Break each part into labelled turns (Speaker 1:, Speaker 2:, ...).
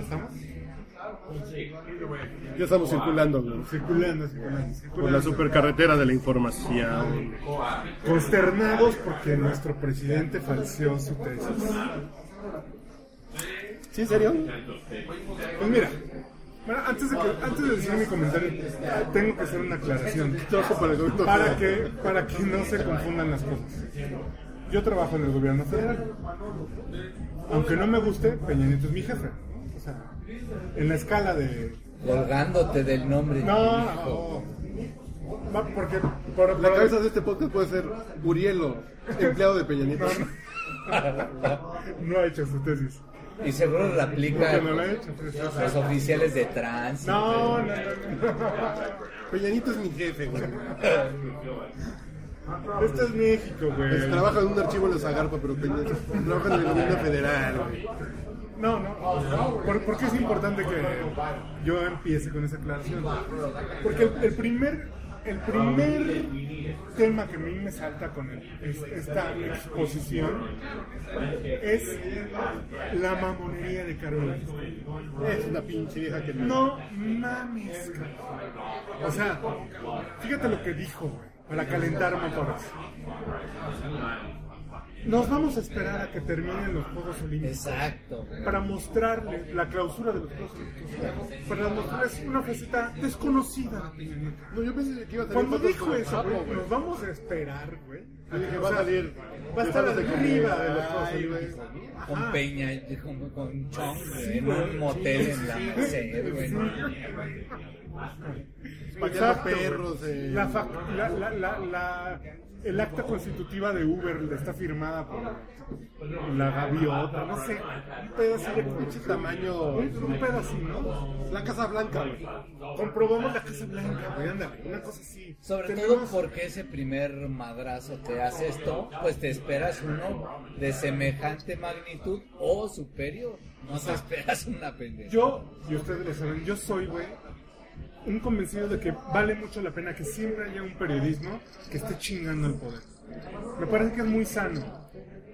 Speaker 1: ¿Estamos?
Speaker 2: Ya estamos circulando güey,
Speaker 1: Circulando, circulando, circulando.
Speaker 2: por la supercarretera de la información.
Speaker 1: Consternados porque nuestro presidente falseó su tesis.
Speaker 2: ¿Sí, en serio?
Speaker 1: Pues mira, bueno, antes, de que- antes de decir mi comentario, tengo que hacer una aclaración.
Speaker 2: Trabajo para el gobierno
Speaker 1: Para
Speaker 2: federal.
Speaker 1: que, para que no se confundan las cosas. Yo trabajo en el gobierno federal. Aunque no me guste, Peña Nieto es mi jefe. O sea, en la escala de...
Speaker 3: Colgándote del nombre. de tu
Speaker 1: No,
Speaker 3: hijo.
Speaker 1: no. Va, porque... por-
Speaker 2: La
Speaker 1: por-
Speaker 2: cabeza de este podcast puede ser Urielo, empleado de Peña Nieto.
Speaker 1: no ha hecho su tesis.
Speaker 3: Y seguro lo aplica
Speaker 1: Porque no lo ha hecho.
Speaker 3: los oficiales de tránsito.
Speaker 1: No, no, no.
Speaker 2: Peña Nieto es mi jefe, güey.
Speaker 1: no. Esto Este es México,
Speaker 2: Pues
Speaker 1: güey.
Speaker 2: trabaja en un archivo en la Zagarpa, pero Peña Nieto trabaja en el gobierno federal, güey.
Speaker 1: No, no. ¿Por, por qué es importante que yo empiece con esa aclaración? Porque el, el primer, el primer tema que a mí me salta con el- es- esta exposición es la mamonería de Carolina.
Speaker 2: Es una pinche vieja que
Speaker 1: No mames, cabrón. O sea, fíjate lo que dijo, güey, para calentar motores. Nos vamos a esperar a que terminen los Juegos Olímpicos
Speaker 3: Exacto.
Speaker 1: para mostrarle la clausura de los Juegos Olímpicos. Para mostrarles una faceta desconocida.
Speaker 2: No, yo pensé que iba a salir
Speaker 1: Cuando
Speaker 2: fotos
Speaker 1: dijo
Speaker 2: con el
Speaker 1: eso,
Speaker 2: Chapo,
Speaker 1: güey, nos vamos a esperar, güey.
Speaker 2: Yo dije, va a salir.
Speaker 1: Va a estar
Speaker 2: de
Speaker 1: arriba
Speaker 2: comida,
Speaker 1: de los Juegos
Speaker 2: ay, güey.
Speaker 1: Olímpicos.
Speaker 3: Con
Speaker 1: Ajá.
Speaker 3: Peña, con, con Chong, güey,
Speaker 1: Sí,
Speaker 3: en
Speaker 1: güey.
Speaker 3: un motel en la Merced, güey.
Speaker 1: Sí.
Speaker 3: ¿no?
Speaker 2: Pateando
Speaker 1: Exacto, güey.
Speaker 2: perros, eh.
Speaker 1: La fac- la- la- la- la- el acta constitutiva de Uber le está firmada por la gaviota, no sé, un pedazo de
Speaker 2: Pinche
Speaker 1: pinche tamaño,
Speaker 2: tamaño.
Speaker 1: un, un pedazo, ¿no?
Speaker 2: La Casa Blanca, güey.
Speaker 1: Comprobamos la Casa Blanca, güey, ándale, una cosa así.
Speaker 3: Sobre todo
Speaker 1: Tenemos-
Speaker 3: porque ese primer madrazo te hace esto, pues te esperas uno de semejante magnitud o superior. No te esperas una pendeja.
Speaker 1: Yo, y ustedes lo saben, yo soy, güey, un convencido de que vale mucho la pena que siempre haya un periodismo que esté chingando al poder. Me parece que es muy sano,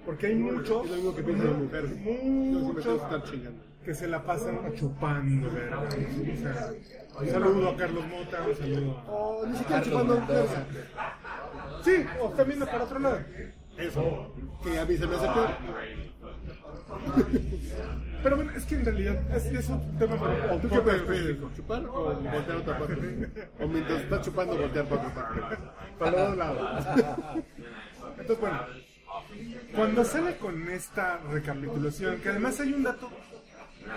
Speaker 1: porque hay muchos,
Speaker 2: Es lo mismo que piensa la mujer. Yo siempre tengo
Speaker 1: muchos
Speaker 2: que estar chingando.
Speaker 1: que se la pasan chupando, verga. O sea, un saludo a Carlos Mota, un saludo
Speaker 2: Oh, ni siquiera
Speaker 3: Carlos
Speaker 2: chupando.
Speaker 3: Mendoza.
Speaker 1: a... Sí, o también para otro lado.
Speaker 2: Eso. Que a mí se me hace peor.
Speaker 1: Pero bueno, es que en realidad es, es un tema para...
Speaker 2: ¿O tú qué prefieres? ¿Chupar o voltear otra parte? O mientras estás chupando, voltear para otra parte.
Speaker 1: Para los dos lados. Entonces, bueno, cuando sale con esta recapitulación, que además hay un dato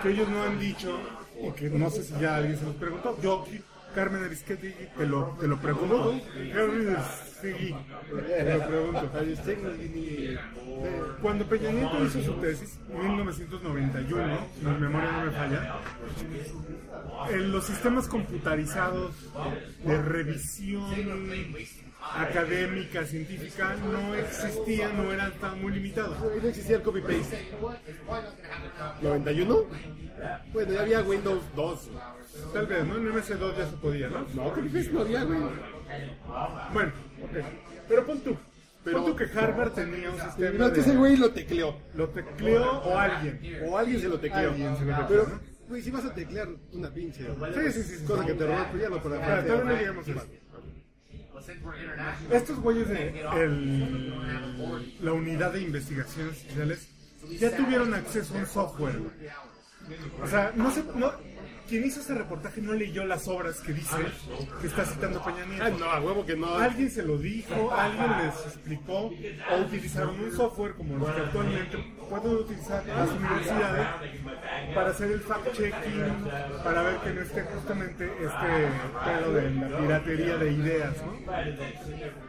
Speaker 1: que ellos no han dicho y que no sé si ya alguien se los preguntó. Yo, Carmen Aristegui, te lo, te lo pregunto. Carmen Aristegui, te lo pregunto. Cuando Peña Nieto hizo su tesis, 1991, si mi memoria no me falla, en los sistemas computarizados de revisión académica, científica, no existían, no eran, estaban muy limitados.
Speaker 2: Ahí no existía el copy-paste. ¿91? Bueno, ya había Windows 2.
Speaker 1: Tal vez, ¿no? En MS2 ya se podía, ¿no?
Speaker 2: No, copy-paste no había, güey.
Speaker 1: Bueno, ok. Pero pon tú,
Speaker 2: Pero-
Speaker 1: pon tú que Harvard tenía un sistema
Speaker 2: No, que ese
Speaker 1: de...
Speaker 2: güey lo tecleó.
Speaker 1: Lo tecleó o alguien.
Speaker 2: O alguien se lo tecleó.
Speaker 1: Alguien se lo tecleó,
Speaker 2: Pero,
Speaker 1: ¿no?
Speaker 2: güey, si vas a teclear una pinche
Speaker 1: Sí, sí, sí, sí.
Speaker 2: cosa que te robó, pues ya lo para
Speaker 1: Espera, Ah, todavía no llegamos a eso. Estos güeyes de el- la unidad de investigaciones sociales ya tuvieron acceso a un software. güey. O sea, no sé, no, quien hizo ese reportaje no leyó las obras que dice que está citando Peña Nieto.
Speaker 2: Ah, no, a huevo que no.
Speaker 1: Alguien se lo dijo, alguien les explicó o utilizaron un software como los que actualmente pueden utilizar las universidades para hacer el fact-checking, para ver que no esté justamente este pedo de la piratería de ideas, ¿no?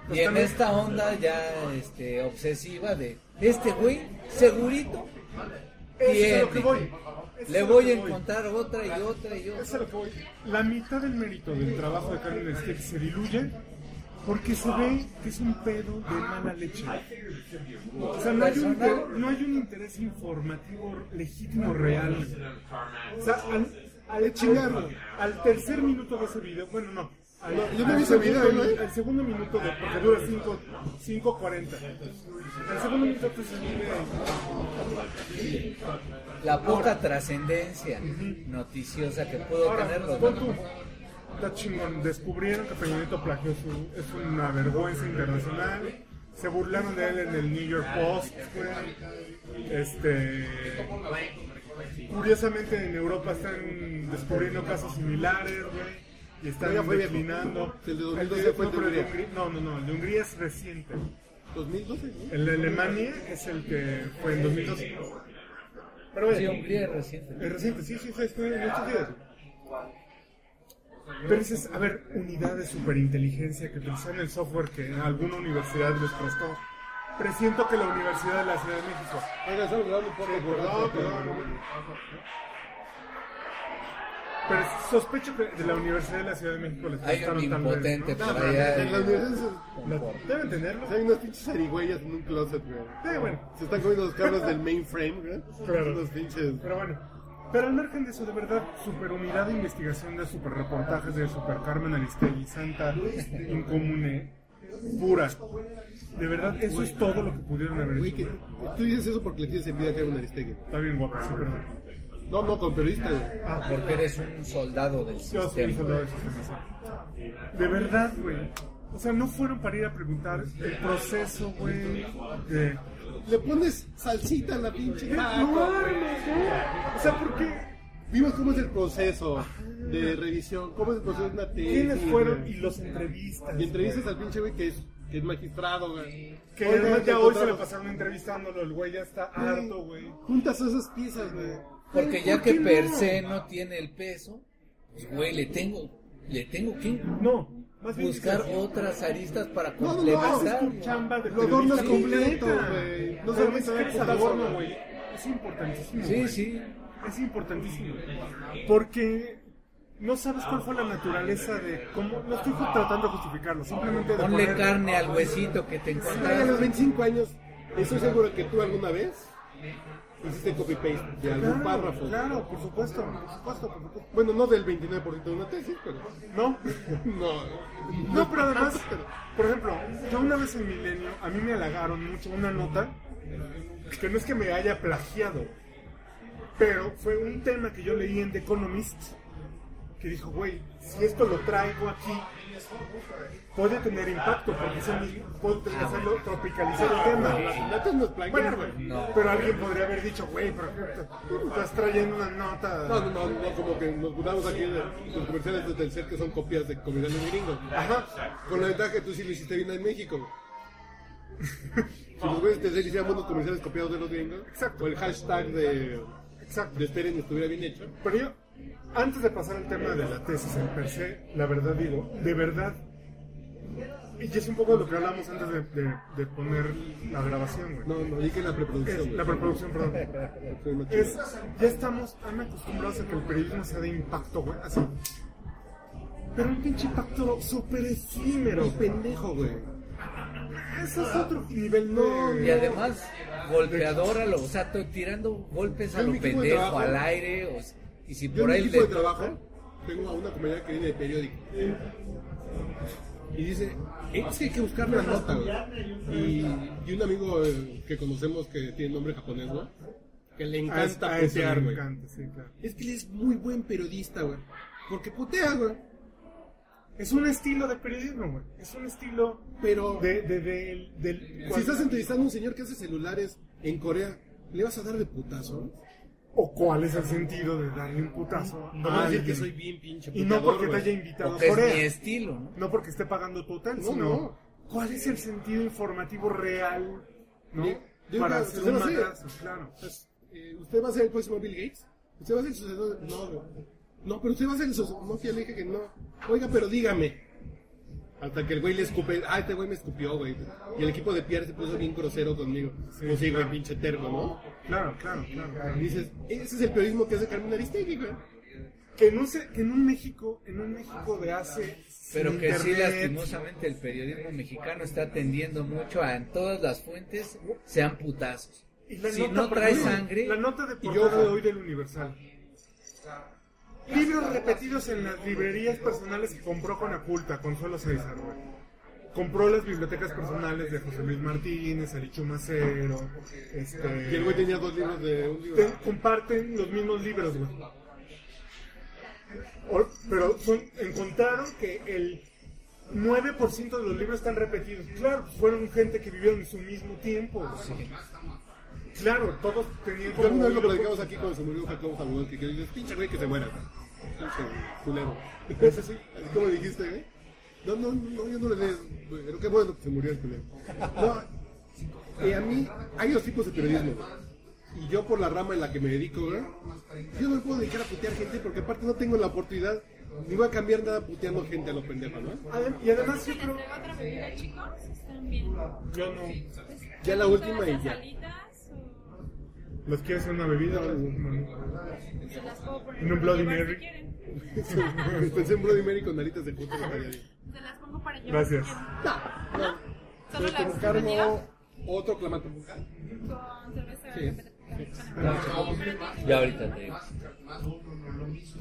Speaker 1: pues,
Speaker 3: Y en esta onda ya este, obsesiva de este güey, segurito,
Speaker 1: Eso es a
Speaker 3: tiene.
Speaker 1: lo que voy. Eso
Speaker 3: Le
Speaker 1: es a lo
Speaker 3: voy a
Speaker 1: que
Speaker 3: encontrar otra y otra y
Speaker 1: Eso es
Speaker 3: otra.
Speaker 1: a lo que voy. La mitad del mérito del trabajo de Carmen Aristegui se diluye porque se ve que es un pedo de mala leche. O sea, no hay un, inter- no hay un interés informativo legítimo real. O sea, al, al-
Speaker 2: chingarlo.
Speaker 1: al tercer minuto de ese video, bueno, no, Ahí.
Speaker 2: No, yo no
Speaker 1: Al
Speaker 2: vi ese
Speaker 1: segundo-
Speaker 2: video, ¿eh?
Speaker 1: el, el segundo minuto, de, porque dura 5, 5.40. El segundo minuto te se vive
Speaker 3: La poca trascendencia noticiosa que pudo
Speaker 1: Ahora,
Speaker 3: tener los
Speaker 1: pon tú,
Speaker 3: demás.
Speaker 1: Está chingón. Descubrieron que Peña Nieto plagió su. Es una vergüenza internacional. Se burlaron de él en el New York Post. güey. Este. Curiosamente en Europa están descubriendo casos similares, güey. Y están
Speaker 2: Pero ya fue viejo.
Speaker 1: declinando.
Speaker 2: El de 2012 fue el de
Speaker 1: no, pero
Speaker 2: Hungría.
Speaker 1: Hungría- No, no, no. El de Hungría es reciente. güey.
Speaker 2: 2012, ¿no?
Speaker 1: El de Alemania es el que fue en 2012. Pero
Speaker 3: Sí,
Speaker 1: bueno.
Speaker 3: Hungría es reciente.
Speaker 1: Es reciente, sí, sí, fue fue en estos días. Pero dices, a ver, unidad de superinteligencia que utilizaron el software que alguna universidad les prestó. Presiento que la Universidad de la Ciudad de México.
Speaker 2: Oiga, estamos hablando un poco por
Speaker 1: No, perdón. Pero sospecho que de la Universidad de la Ciudad de México les
Speaker 3: Hay un
Speaker 1: prestaron tal vez.
Speaker 3: impotente
Speaker 1: ¿no?
Speaker 3: por
Speaker 2: pero
Speaker 3: allá.
Speaker 2: en las universidades
Speaker 1: La- Deben tenerlo.
Speaker 2: hay unas pinches arigüeyas en un closet, güey.
Speaker 1: Sí, bueno.
Speaker 2: Se están comiendo los cables del mainframe, güey.
Speaker 1: Claro.
Speaker 2: Unos pinches.
Speaker 1: Pero bueno, pero al margen de eso, de verdad, super unidad de investigación de super reportajes de super Carmen Aristegui, Santa, Incomune, pura. De verdad, eso es todo lo que pudieron haber
Speaker 2: Güey,
Speaker 1: hecho.
Speaker 2: que
Speaker 1: güey.
Speaker 2: tú dices eso porque le tienes envidia a Carmen Aristegui.
Speaker 1: Está bien guapa, sí, perdón.
Speaker 2: No, no, con periodista, güey.
Speaker 1: Ah,
Speaker 3: Porque eres un soldado del
Speaker 1: yo soy
Speaker 3: sistema.
Speaker 1: soldado de sistema, sí. De verdad, güey. O sea, no fueron para ir a preguntar el proceso, güey, de
Speaker 2: Le pones salsita a la pinche
Speaker 1: ¡No
Speaker 2: taco, güey.
Speaker 1: armes, güey! O sea, ¿por qué?
Speaker 2: Vimos cómo es el proceso de revisión, cómo es el proceso de una tesis.
Speaker 1: ¿Quiénes fueron y
Speaker 2: güey.
Speaker 1: los entrevistas?
Speaker 2: Y entrevistas al pinche güey que es, que es magistrado, güey.
Speaker 1: Que
Speaker 2: Oiga,
Speaker 1: además
Speaker 2: te
Speaker 1: ya hoy se
Speaker 2: encontramos-
Speaker 1: le pasaron entrevistándolo, el güey ya está harto, güey.
Speaker 2: Juntas esas piezas, güey.
Speaker 3: Porque
Speaker 1: ¿Por
Speaker 3: ya que
Speaker 1: qué
Speaker 3: per
Speaker 1: no?
Speaker 3: se no tiene el peso, pues, güey, le tengo, le tengo que
Speaker 1: No, más bien
Speaker 3: buscar
Speaker 1: dices,
Speaker 3: otras aristas para
Speaker 2: no,
Speaker 1: haces
Speaker 3: complementar.
Speaker 1: tu chamba de
Speaker 2: Lo adornas
Speaker 1: periodista
Speaker 2: completo,
Speaker 1: completa.
Speaker 2: güey. No
Speaker 1: O sea,
Speaker 2: solamente
Speaker 1: es que
Speaker 2: da
Speaker 1: eres
Speaker 2: putazo,
Speaker 1: adorno,
Speaker 2: güey.
Speaker 1: güey. Es importantísimo.
Speaker 3: Sí,
Speaker 1: güey.
Speaker 3: sí.
Speaker 1: Es importantísimo. Porque no sabes cuál fue la naturaleza de cómo. No estoy tratando de justificarlo, simplemente de
Speaker 3: Ponle
Speaker 1: poner-
Speaker 3: carne al huesito que te
Speaker 2: Ay, a los
Speaker 3: encontraste.
Speaker 2: 25 años, estoy seguro que tú alguna vez hiciste copy-paste de algún
Speaker 1: Claro,
Speaker 2: párrafo.
Speaker 1: Claro, por supuesto, por supuesto, por supuesto.
Speaker 2: Bueno, no del 29% de una tesis, pero...
Speaker 1: No,
Speaker 2: No.
Speaker 1: No, pero además, por ejemplo, yo una vez en Milenio, a mí me halagaron mucho una nota que no es que me haya plagiado, pero fue un tema que yo leí en The Economist que dijo, güey, si esto lo traigo aquí, puede tener impacto, porque se me- puedo hacerlo, tropicalizar el tema.
Speaker 2: Datos nos plagian,
Speaker 1: Bueno,
Speaker 2: güey.
Speaker 1: güey, pero alguien podría haber dicho, güey, pero tú estás trayendo una nota.
Speaker 2: No, no, no, no, como que nos mudamos aquí de los comerciales de Telcel que son copias de comerciales gringos.
Speaker 1: Ajá.
Speaker 2: Con la ventaja que tú sí lo hiciste bien en México. Si los güeyes de Telcel hicieran buenos comerciales copiados de los gringos,
Speaker 1: Exacto.
Speaker 2: o el hashtag de,
Speaker 1: Exacto.
Speaker 2: de Esperen estuviera bien hecho,
Speaker 1: Pero yo, antes de pasar al tema de la tesis en per se, la verdad digo, de verdad, y es un poco de lo que hablamos antes de, de- de poner la grabación, güey.
Speaker 2: no, no, dije la preproducción.
Speaker 1: Es-
Speaker 2: güey.
Speaker 1: la preproducción, perdón.
Speaker 2: Soy más chido.
Speaker 1: Es, ya estamos tan acostumbrados a que el periodismo sea de impacto, güey, así. Pero un pinche impacto súper efímero,
Speaker 2: Pero
Speaker 1: güey.
Speaker 2: pendejo, güey.
Speaker 1: Eso es otro nivel,
Speaker 2: No,
Speaker 1: no.
Speaker 3: Y además, golpeador a lo, o sea, estoy tirando golpes a
Speaker 2: Yo en mi
Speaker 3: lo
Speaker 2: equipo de
Speaker 3: pendejo,
Speaker 2: trabajo-
Speaker 3: al aire, o sea, y si
Speaker 2: Yo
Speaker 3: por
Speaker 2: en mi
Speaker 3: ahí
Speaker 2: equipo de
Speaker 3: le
Speaker 2: trabajo tengo a una compañera que viene de periódico. Y dice, "Eh, es que hay que buscar la nota, güey. Y, y un amigo eh, que conocemos que tiene nombre japonés, güey, que le
Speaker 1: A-
Speaker 2: encanta
Speaker 1: a eso
Speaker 2: putear,
Speaker 1: me
Speaker 2: güey.
Speaker 1: encanta, sí, claro.
Speaker 2: Es que él es muy buen periodista, güey. Porque putea, güey.
Speaker 1: Es un estilo de periodismo, güey. Es un estilo
Speaker 2: Pero
Speaker 1: de, de, de- del-
Speaker 2: si estás entrevistando a un señor que hace celulares en Corea, ¿le vas a dar de putazo?
Speaker 1: ¿O cuál es el sentido de darle un putazo
Speaker 2: No
Speaker 1: a
Speaker 2: vas a decir
Speaker 1: alguien?
Speaker 2: que soy bien pinche
Speaker 1: Y no
Speaker 2: puteador,
Speaker 1: porque te
Speaker 2: güey.
Speaker 1: haya invitado
Speaker 3: o
Speaker 1: a
Speaker 3: que es mi
Speaker 1: Corea.
Speaker 3: estilo, ¿no?
Speaker 1: No porque esté pagando tu hotel,
Speaker 2: No,
Speaker 1: sino...
Speaker 2: no.
Speaker 1: ¿Cuál es el sentido informativo real ¿no?
Speaker 2: Yo- yo
Speaker 1: para
Speaker 2: creo-
Speaker 1: hacer
Speaker 2: yo
Speaker 1: un
Speaker 2: no sé.
Speaker 1: madrazo? Claro.
Speaker 2: Pues, eh, ¿Usted va a ser el próximo Bill Gates? ¿Usted va a ser el sucesor? No, güey. No, pero usted va a ser el sucesor. No, que ya le dije que no. Oiga, pero dígame. Hasta que el güey le escupe. Ah, este güey me escupió, güey. Y el equipo de Pierre se puso bien grosero conmigo.
Speaker 1: Sí,
Speaker 2: Pues sí, güey,
Speaker 1: claro.
Speaker 2: pinche termo, ¿no?
Speaker 1: Claro, claro, claro. claro.
Speaker 2: Y dices, ese es el periodismo que hace Carmen Aristegui, güey.
Speaker 1: Que en un, se- que en un México, en un México de hace... sin
Speaker 3: Pero que sí,
Speaker 1: internet,
Speaker 3: lastimosamente, el periodismo mexicano está tendiendo mucho a en todas las fuentes sean putazos.
Speaker 1: y la
Speaker 3: si
Speaker 1: nota
Speaker 3: no
Speaker 1: por
Speaker 3: trae
Speaker 1: ejemplo,
Speaker 3: sangre,
Speaker 1: La nota de
Speaker 2: Y yo-
Speaker 1: portada de hoy del Universal. Libros repetidos en las librerías personales que compró con Aculta, Consuelo César, güey. Compró las bibliotecas personales de José Luis Martínez, Arichu Macero, este...
Speaker 2: Y el güey tenía dos libros de un
Speaker 1: te-
Speaker 2: libro.
Speaker 1: comparten los mismos libros, güey. O- Pero son- encontraron que el 9% de los libros están repetidos. Claro, pues fueron gente que vivieron en su mismo tiempo. güey. Claro, todos tenían
Speaker 2: Yo alguna vez lo
Speaker 1: libro-
Speaker 2: platicamos aquí cuando se murió Jacobo Zabludowski, que dices, pinche güey, que se muera. Pinche culero. Eso sí, así como dijiste, güey. No, no, no, yo no le des, güey, pero qué bueno que se murió el culero. No, eh, a mí hay dos tipos de periodismo, güey. Y yo por la rama en la que me dedico, güey, yo no me puedo dedicar a putear gente porque aparte no tengo la oportunidad ni voy a cambiar nada puteando gente a los pendejos, ¿no?
Speaker 1: Adem- Y además yo
Speaker 4: ¿Se
Speaker 1: creo...
Speaker 4: entregó otra bebida, chicos? ¿Están bien?
Speaker 1: Yo no.
Speaker 2: Ya la última y
Speaker 4: ¿Todas las
Speaker 2: ya.
Speaker 4: alitas o
Speaker 1: ¿Los quieres en una bebida? o en-
Speaker 4: se las puedo poner
Speaker 1: En un
Speaker 4: para
Speaker 1: Bloody
Speaker 4: llevar si
Speaker 1: Mary.
Speaker 4: quieren?
Speaker 2: Pensé en Brody Mary con alitas de puto. estaría bien.
Speaker 4: Se las pongo para llevar si
Speaker 1: Gracias.
Speaker 4: quieren.
Speaker 2: No, no.
Speaker 4: ¿Solo
Speaker 2: Yo te
Speaker 4: las
Speaker 2: encargo
Speaker 4: conmigo?
Speaker 2: otro clamato bucal.
Speaker 4: Con cerveza.
Speaker 2: Sí.
Speaker 4: Sí.
Speaker 3: Ya ahorita te digo.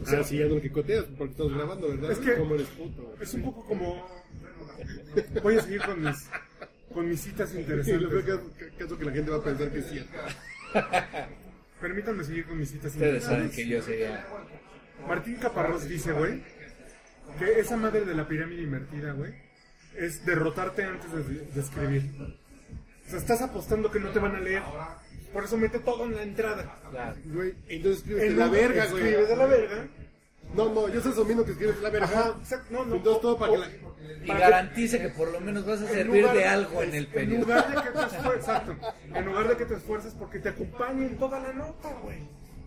Speaker 2: O sea, si ya no lo quicoteas porque estamos grabando, ¿verdad?
Speaker 1: Ah, Es que-
Speaker 2: Como eres puto.
Speaker 1: Es un poco como... Voy a seguir con mis, con mis citas
Speaker 2: Sí, lo peor
Speaker 1: interesantes.
Speaker 2: que- que- caso que la gente va a pensar que es cierto.
Speaker 1: Permítanme seguir con mis citas
Speaker 3: Ustedes saben
Speaker 1: interesantes.
Speaker 3: que yo ah, sería.
Speaker 1: Martín Caparrós dice, güey, que esa madre de la pirámide invertida, güey, es derrotarte antes de, de escribir. O sea, estás apostando que no te van a leer. Por eso mete todo en la entrada.
Speaker 3: Claro.
Speaker 2: Güey, entonces escribes de
Speaker 1: En
Speaker 2: la verga, güey.
Speaker 1: Escribes de la verga.
Speaker 2: No, no, yo estoy asumiendo que escribes de la verga.
Speaker 1: Ajá, exacto, no, no.
Speaker 2: Entonces todo para que la...
Speaker 3: Y
Speaker 1: Para
Speaker 3: garantice que por lo menos vas a
Speaker 1: en
Speaker 3: servir
Speaker 1: lugar-
Speaker 3: de algo en el
Speaker 1: En
Speaker 3: periodo.
Speaker 1: lugar de que te esfuer- exacto, en lugar de que te esfuerces porque te acompañen toda la nota, güey.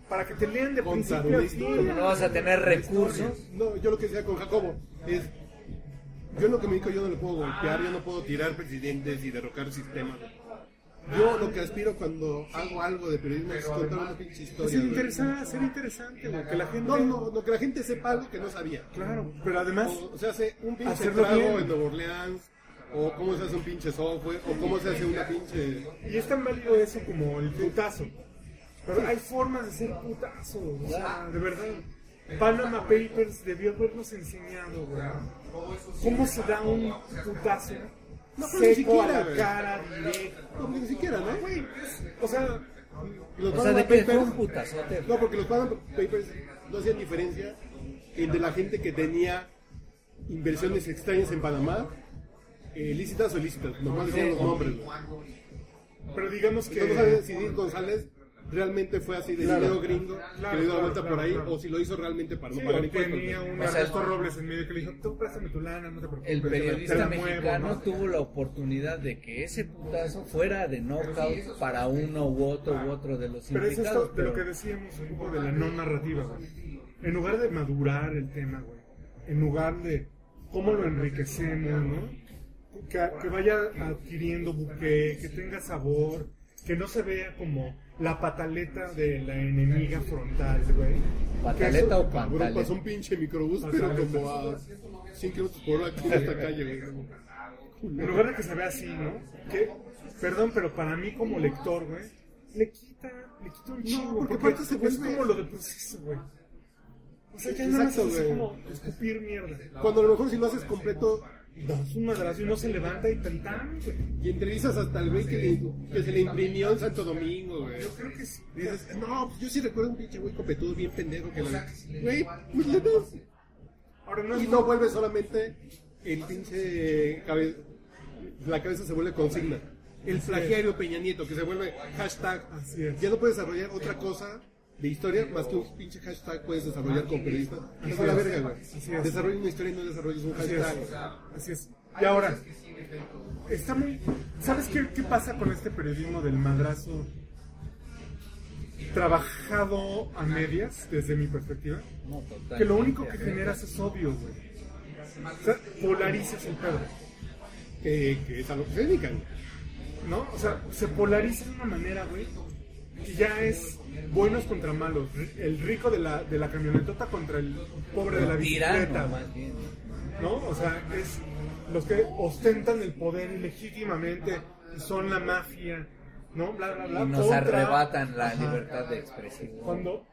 Speaker 1: Para que te lean de principio a
Speaker 2: Contabilista.
Speaker 1: fin.
Speaker 3: No vas a tener recursos.
Speaker 2: No, yo lo que decía con Jacobo es... Yo en lo que me dedico, yo no le puedo golpear, yo no puedo tirar presidentes y derrocar sistemas. Yo lo que aspiro cuando hago algo de periodismo es contar una pinche historia.
Speaker 1: Es
Speaker 2: güey.
Speaker 1: interesante, ser interesante, güey. Que la gente...
Speaker 2: No, no, no, que la gente sepa algo que no sabía.
Speaker 1: Claro, pero además...
Speaker 2: O, o sea, hace un pinche
Speaker 1: Hacerlo
Speaker 2: trago
Speaker 1: bien.
Speaker 2: en Nueva Orleans, o cómo se hace un pinche software, o cómo se hace una pinche...
Speaker 1: Y es tan válido eso como el putazo. Pero hay formas de ser putazo, o sea, de verdad. Panama Papers debió habernos enseñado, güey. ¿Cómo se da un putazo
Speaker 2: No, pero ni
Speaker 1: seco
Speaker 2: siquiera,
Speaker 1: a la
Speaker 2: güey.
Speaker 1: cara directo?
Speaker 2: No, porque ni siquiera, ¿no?
Speaker 1: Güey, es- o sea,
Speaker 2: Los
Speaker 3: O sea, de
Speaker 2: Panama
Speaker 3: que fue
Speaker 2: Papers-
Speaker 3: un putazote.
Speaker 2: No, porque los Panama Papers no hacían diferencia entre la gente que tenía inversiones extrañas en Panamá, eh, lícitas o ilícitas, nomás decían los nombres. güey.
Speaker 1: pero digamos que...
Speaker 2: Entonces, no sabes si Edith González realmente fue así de dinero gringo, que le dio la vuelta
Speaker 1: claro,
Speaker 2: por ahí,
Speaker 1: claro.
Speaker 2: o si lo hizo realmente para no
Speaker 1: Sí,
Speaker 2: pagar
Speaker 1: o
Speaker 2: impuestos.
Speaker 1: tenía un
Speaker 3: O sea,
Speaker 1: Ernesto
Speaker 3: el-
Speaker 1: Robles en medio que le dijo, tú préstame tu lana, no te preocupes.
Speaker 3: El
Speaker 1: te la- te la
Speaker 3: periodista
Speaker 1: muevo,
Speaker 3: mexicano
Speaker 1: ¿no?
Speaker 3: tuvo la oportunidad de que ese putazo fuera de knockout para uno u otro u otro de los
Speaker 1: Ah. Pero es esto
Speaker 3: implicados.
Speaker 1: de
Speaker 3: Pero
Speaker 1: lo que decíamos un poco de la no narrativa, güey. En lugar de madurar el tema, güey. En lugar de cómo lo enriquecemos, ¿no? Que, que vaya adquiriendo buque, que tenga sabor, que no se vea como la pataleta de la enemiga frontal, güey.
Speaker 3: Pataleta
Speaker 1: Que eso-
Speaker 3: o
Speaker 2: Cabrón,
Speaker 3: pantaleta.
Speaker 2: pasó un pinche microbús, pero como a 100 kilómetros por hora aquí en esta calle, güey.
Speaker 1: En lugar de que se vea así, ¿no? Que, perdón, pero para mí como lector, güey, le quita, le quita un chingo.
Speaker 2: porque
Speaker 1: porque
Speaker 2: aparte se
Speaker 1: es
Speaker 2: vuelve-
Speaker 1: como lo de proceso, güey. O sea, ya nada más
Speaker 2: Exacto,
Speaker 1: es así
Speaker 2: güey.
Speaker 1: como escupir mierda.
Speaker 2: Cuando a lo mejor si lo haces completo
Speaker 1: Das un madrazo y no se levanta y tan tan, güey.
Speaker 2: y entrevistas hasta el güey que, le- que se le imprimió en Santo Domingo, güey.
Speaker 1: Creo que sí.
Speaker 2: Dices, no, pues yo sí recuerdo un pinche güey copetudo bien pendejo que la... Güey, pues le das.
Speaker 1: Ahora no
Speaker 2: Y
Speaker 1: es
Speaker 2: no vuelve solamente el pinche cabeza. La cabeza se vuelve consigna. El plagiario Peña Nieto, que se vuelve hashtag.
Speaker 1: Así es.
Speaker 2: Ya no puedes desarrollar otra cosa de historia más que un pinche hashtag puedes desarrollar con periodistas. Es la
Speaker 1: es.
Speaker 2: verga, güey.
Speaker 1: Así es.
Speaker 2: Desarrolla una historia y no desarrolles un
Speaker 1: Así es.
Speaker 2: hashtag.
Speaker 1: Así es. Y ahora, está muy. ¿Sabes qué, qué pasa con este periodismo del madrazo trabajado a medias, desde mi perspectiva?
Speaker 3: No, totalmente.
Speaker 1: Que lo único que generas es obvio, güey. O sea, polarizas el pedo,
Speaker 2: Que, que es a lo que se dedican.
Speaker 1: ¿no? O sea, se polariza de una manera, güey, que ya es buenos contra malos. ri- El rico de la, de la camionetota contra el pobre de la bicicleta,
Speaker 3: Tirano,
Speaker 1: güey,
Speaker 3: más bien.
Speaker 1: ¿no? O sea, es los que ostentan el poder ilegítimamente y son la mafia, ¿no? Bla, bla, bla.
Speaker 3: Y nos
Speaker 1: contra-
Speaker 3: arrebatan la
Speaker 1: Ajá.
Speaker 3: libertad de expresión.
Speaker 1: Cuando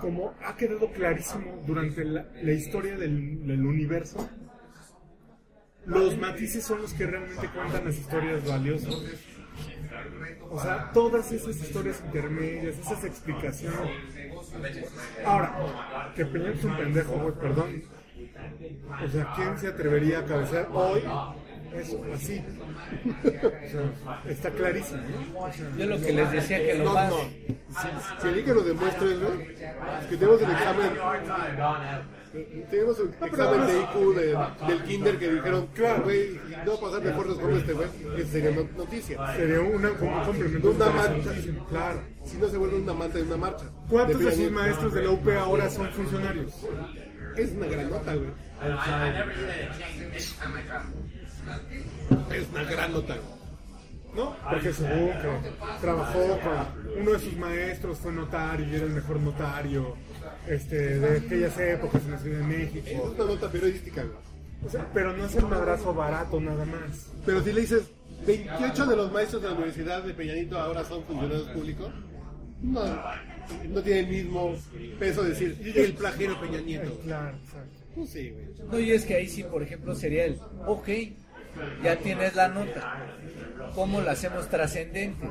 Speaker 1: como ha quedado clarísimo durante la, la historia del, del universo, los matices son los que realmente cuentan las historias valiosas. O sea, todas esas historias intermedias, esas explicaciones. Ahora, que Peña es un pendejo, güey, perdón. O sea, ¿quién se atrevería a cabecear hoy? Eso, así. O sea, está clarísimo, ¿no? O sea,
Speaker 3: Yo lo que les decía que lo
Speaker 2: No,
Speaker 3: más.
Speaker 2: no. Si, si el que lo demuestre, güey, es que tenemos el examen. Tenemos el examen de IQ de- del Kinder que dijeron, claro, güey, si no pasar de fuerzas como este güey, esa sería not- noticia.
Speaker 1: sería una, como un complemento.
Speaker 2: Una marcha.
Speaker 1: Claro.
Speaker 2: Si no se vuelve un amante de una marcha.
Speaker 1: ¿Cuántos de sus
Speaker 2: Peña Nieto.
Speaker 1: maestros de la UP ahora son funcionarios?
Speaker 2: Es una gran nota, güey. Es una gran nota, güey.
Speaker 1: ¿No? Porque supongo que trabajó con uno de sus maestros, fue notario y era el mejor notario este, de aquellas épocas en la Ciudad de
Speaker 2: Es
Speaker 1: México.
Speaker 2: una nota periodística, güey.
Speaker 1: O sea, pero no es el madrazo barato nada más.
Speaker 2: Pero si le dices, 28 de los maestros de la Universidad de Peñanito ahora son funcionarios públicos, no, no tiene el mismo peso decir, el plagero Peña Nieto.
Speaker 1: Claro, exacto.
Speaker 2: Pues sí, güey.
Speaker 3: No, y es que ahí sí, por ejemplo, sería el, ok, ya tienes la nota. ¿Cómo la hacemos trascendente?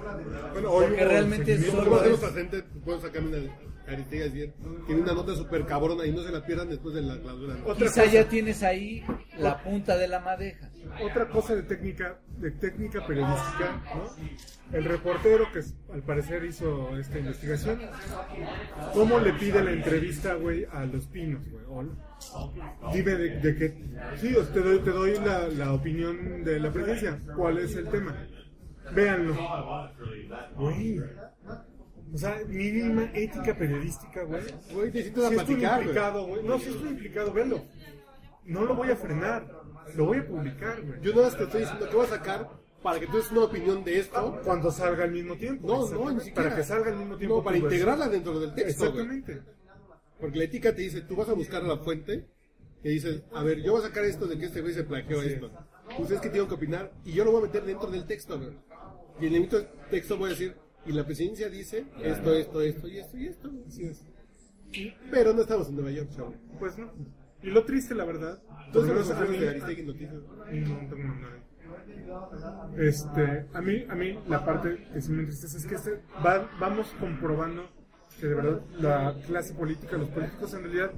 Speaker 1: Bueno, hoy
Speaker 3: Porque
Speaker 1: hubo
Speaker 3: realmente
Speaker 1: seguimiento.
Speaker 2: ¿Cómo
Speaker 3: solo
Speaker 2: hacemos
Speaker 3: es...
Speaker 2: para gente? Puedo sacarme una Aristides bien. Tiene una nota súper cabrona y no se la pierdan después de la clausura. ¿no?
Speaker 1: Otra
Speaker 3: Quizá
Speaker 1: cosa,
Speaker 3: ya tienes ahí la punta de la madeja.
Speaker 1: otra cosa de técnica, de técnica periodística, ¿no? El reportero que al parecer hizo esta investigación, ¿cómo le pide la entrevista, güey, a los pinos, güey? O- Dime de, de qué. Sí, os- te doy, te doy la, la opinión de la presencia. ¿Cuál es el tema? Véanlo. Güey. O sea, mínima ética periodística, güey.
Speaker 2: Güey, necesitas
Speaker 1: Si estoy
Speaker 2: platicar, güey.
Speaker 1: implicado, güey. No, si estoy implicado, velo. No lo voy a frenar. Lo voy a publicar, güey.
Speaker 2: Yo nada más te estoy diciendo que voy a sacar para que tú des una opinión de esto.
Speaker 1: Cuando salga al mismo tiempo.
Speaker 2: No, no,
Speaker 1: Exactamente.
Speaker 2: ni siquiera.
Speaker 1: Para que salga al mismo tiempo.
Speaker 2: No, para
Speaker 1: tu versión.
Speaker 2: integrarla dentro del texto. güey.
Speaker 1: Exactamente.
Speaker 2: Porque la ética te dice, tú vas a buscar a la fuente y dices, a ver, yo voy a sacar esto de que este güey se plagió esto. Ustedes que tienen que opinar y yo lo voy a meter dentro del texto, güey. Y en el mismo texto voy a decir, y la presidencia dice esto, esto, esto y esto y esto. güey.
Speaker 1: Así es.
Speaker 2: Pero no estamos en Nueva York, chavo.
Speaker 1: Pues no. Y lo triste, la verdad. por
Speaker 2: Entonces,
Speaker 1: lo menos
Speaker 2: los
Speaker 1: a mí-
Speaker 2: de Aristegui Noticias.
Speaker 1: No, no tengo nada. Este, a mí, a mí la parte que sí me entristece es que este- va- vamos comprobando que de verdad la clase política, los políticos en realidad,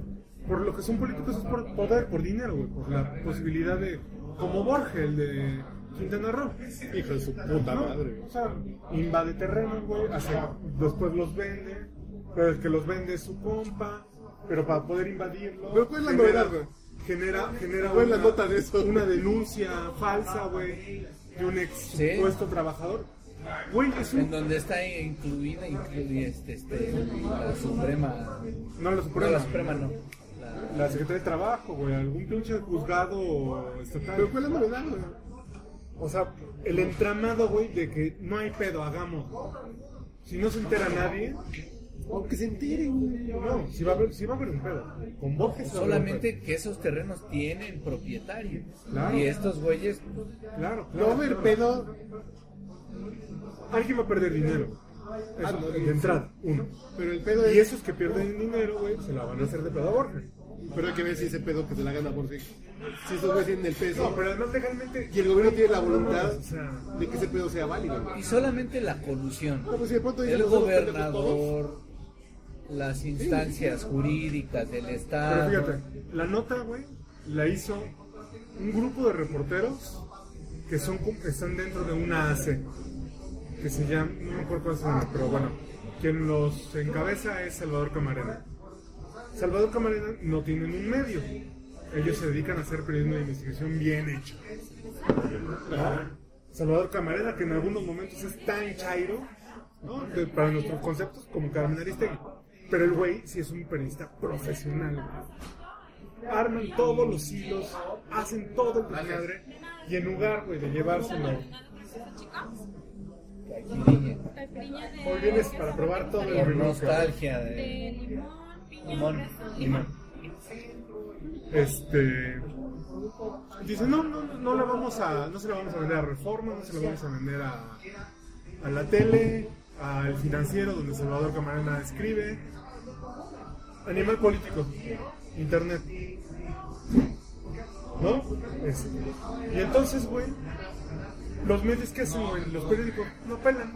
Speaker 1: por lo que son políticos es por poder, por dinero, güey, por la posibilidad de, como Borges, el de Quintana Roo.
Speaker 2: Hijo de su puta
Speaker 1: ¿no?
Speaker 2: madre, güey.
Speaker 1: O sea, invade terrenos, güey, hace- después los vende, pero el que los vende es su compa, pero para poder invadirlo...
Speaker 2: Pero ¿cuál es la
Speaker 1: genera-
Speaker 2: novedad, güey?
Speaker 1: Genera, genera
Speaker 2: ¿Cuál es la nota de eso?
Speaker 1: una denuncia falsa, güey, de un ex
Speaker 3: Sí.
Speaker 1: supuesto trabajador. Güey, es
Speaker 3: En
Speaker 1: un...
Speaker 3: donde está incluida, incluida este, este, la Suprema.
Speaker 1: No, la
Speaker 3: No,
Speaker 1: Suprema.
Speaker 3: la Suprema no. La-
Speaker 1: La Secretaría de Trabajo, güey, algún pinche juzgado estatal.
Speaker 2: Pero ¿cuál es la novedad, güey?
Speaker 1: O sea, el entramado, güey, de que no hay pedo, hagamos. Si no se entera nadie,
Speaker 2: Aunque se enteren, güey.
Speaker 1: no, si va a haber, si va a haber un pedo. Con Borges va a haber un
Speaker 3: Solamente que esos terrenos tienen propietarios.
Speaker 1: Claro.
Speaker 3: Y estos güeyes,
Speaker 1: pedo.
Speaker 2: No
Speaker 1: Claro,
Speaker 2: va
Speaker 1: claro.
Speaker 2: a haber
Speaker 1: claro.
Speaker 2: pedo.
Speaker 1: Alguien va a perder dinero. Eso,
Speaker 2: Ah, no,
Speaker 1: de
Speaker 2: sí.
Speaker 1: entrada, uno.
Speaker 2: Pero el pedo
Speaker 1: Y
Speaker 2: es.
Speaker 1: esos que pierden dinero, güey, se la van a hacer de pedo a Borges.
Speaker 2: Pero hay que ver si ese pedo que se la gana por sí. Si esos güeyes tienen el peso.
Speaker 1: No, pero además legalmente
Speaker 2: Y el gobierno tiene la voluntad
Speaker 1: O sea,
Speaker 2: de que ese pedo sea válido. güey.
Speaker 3: y solamente la colusión.
Speaker 2: No, pues si de pronto dicen
Speaker 3: El
Speaker 2: los dos pendejos todos,
Speaker 3: gobernador, las instancias jurídicas del
Speaker 2: Ah,
Speaker 1: Pero
Speaker 3: Estado.
Speaker 1: fíjate, la nota, güey, la hizo un grupo de reporteros que son cum- que están dentro de una AC que se llama, no me acuerdo cuál es el nombre, pero bueno, quien los encabeza es Salvador Camarena. Salvador Camarena no tienen un medio. Ellos se dedican a hacer periodismo de investigación bien hecho. Salvador Camarena, que en algunos momentos es tan chairo, ¿no? Que para nuestros conceptos, como Carmen Aristegui. Pero el güey sí es un periodista profesional. güey. Arman todos los hilos, hacen todo el desmadre, y en lugar, güey, de llevárselo... Hoy
Speaker 4: Hoy
Speaker 1: vienes para probar todo el
Speaker 3: Por
Speaker 1: menú,
Speaker 3: nostalgia
Speaker 4: De
Speaker 3: de
Speaker 4: limón, piña,
Speaker 3: limón.
Speaker 4: fresa.
Speaker 3: limón.
Speaker 1: este dice no no no la vamos a no se la vamos a vender a Reforma no se la vamos a vender a, a la tele al financiero donde Salvador Camarena escribe Animal político. Internet. ¿No? Este. Y entonces, güey, los medios que hacen, güey, los periódicos, no pelan.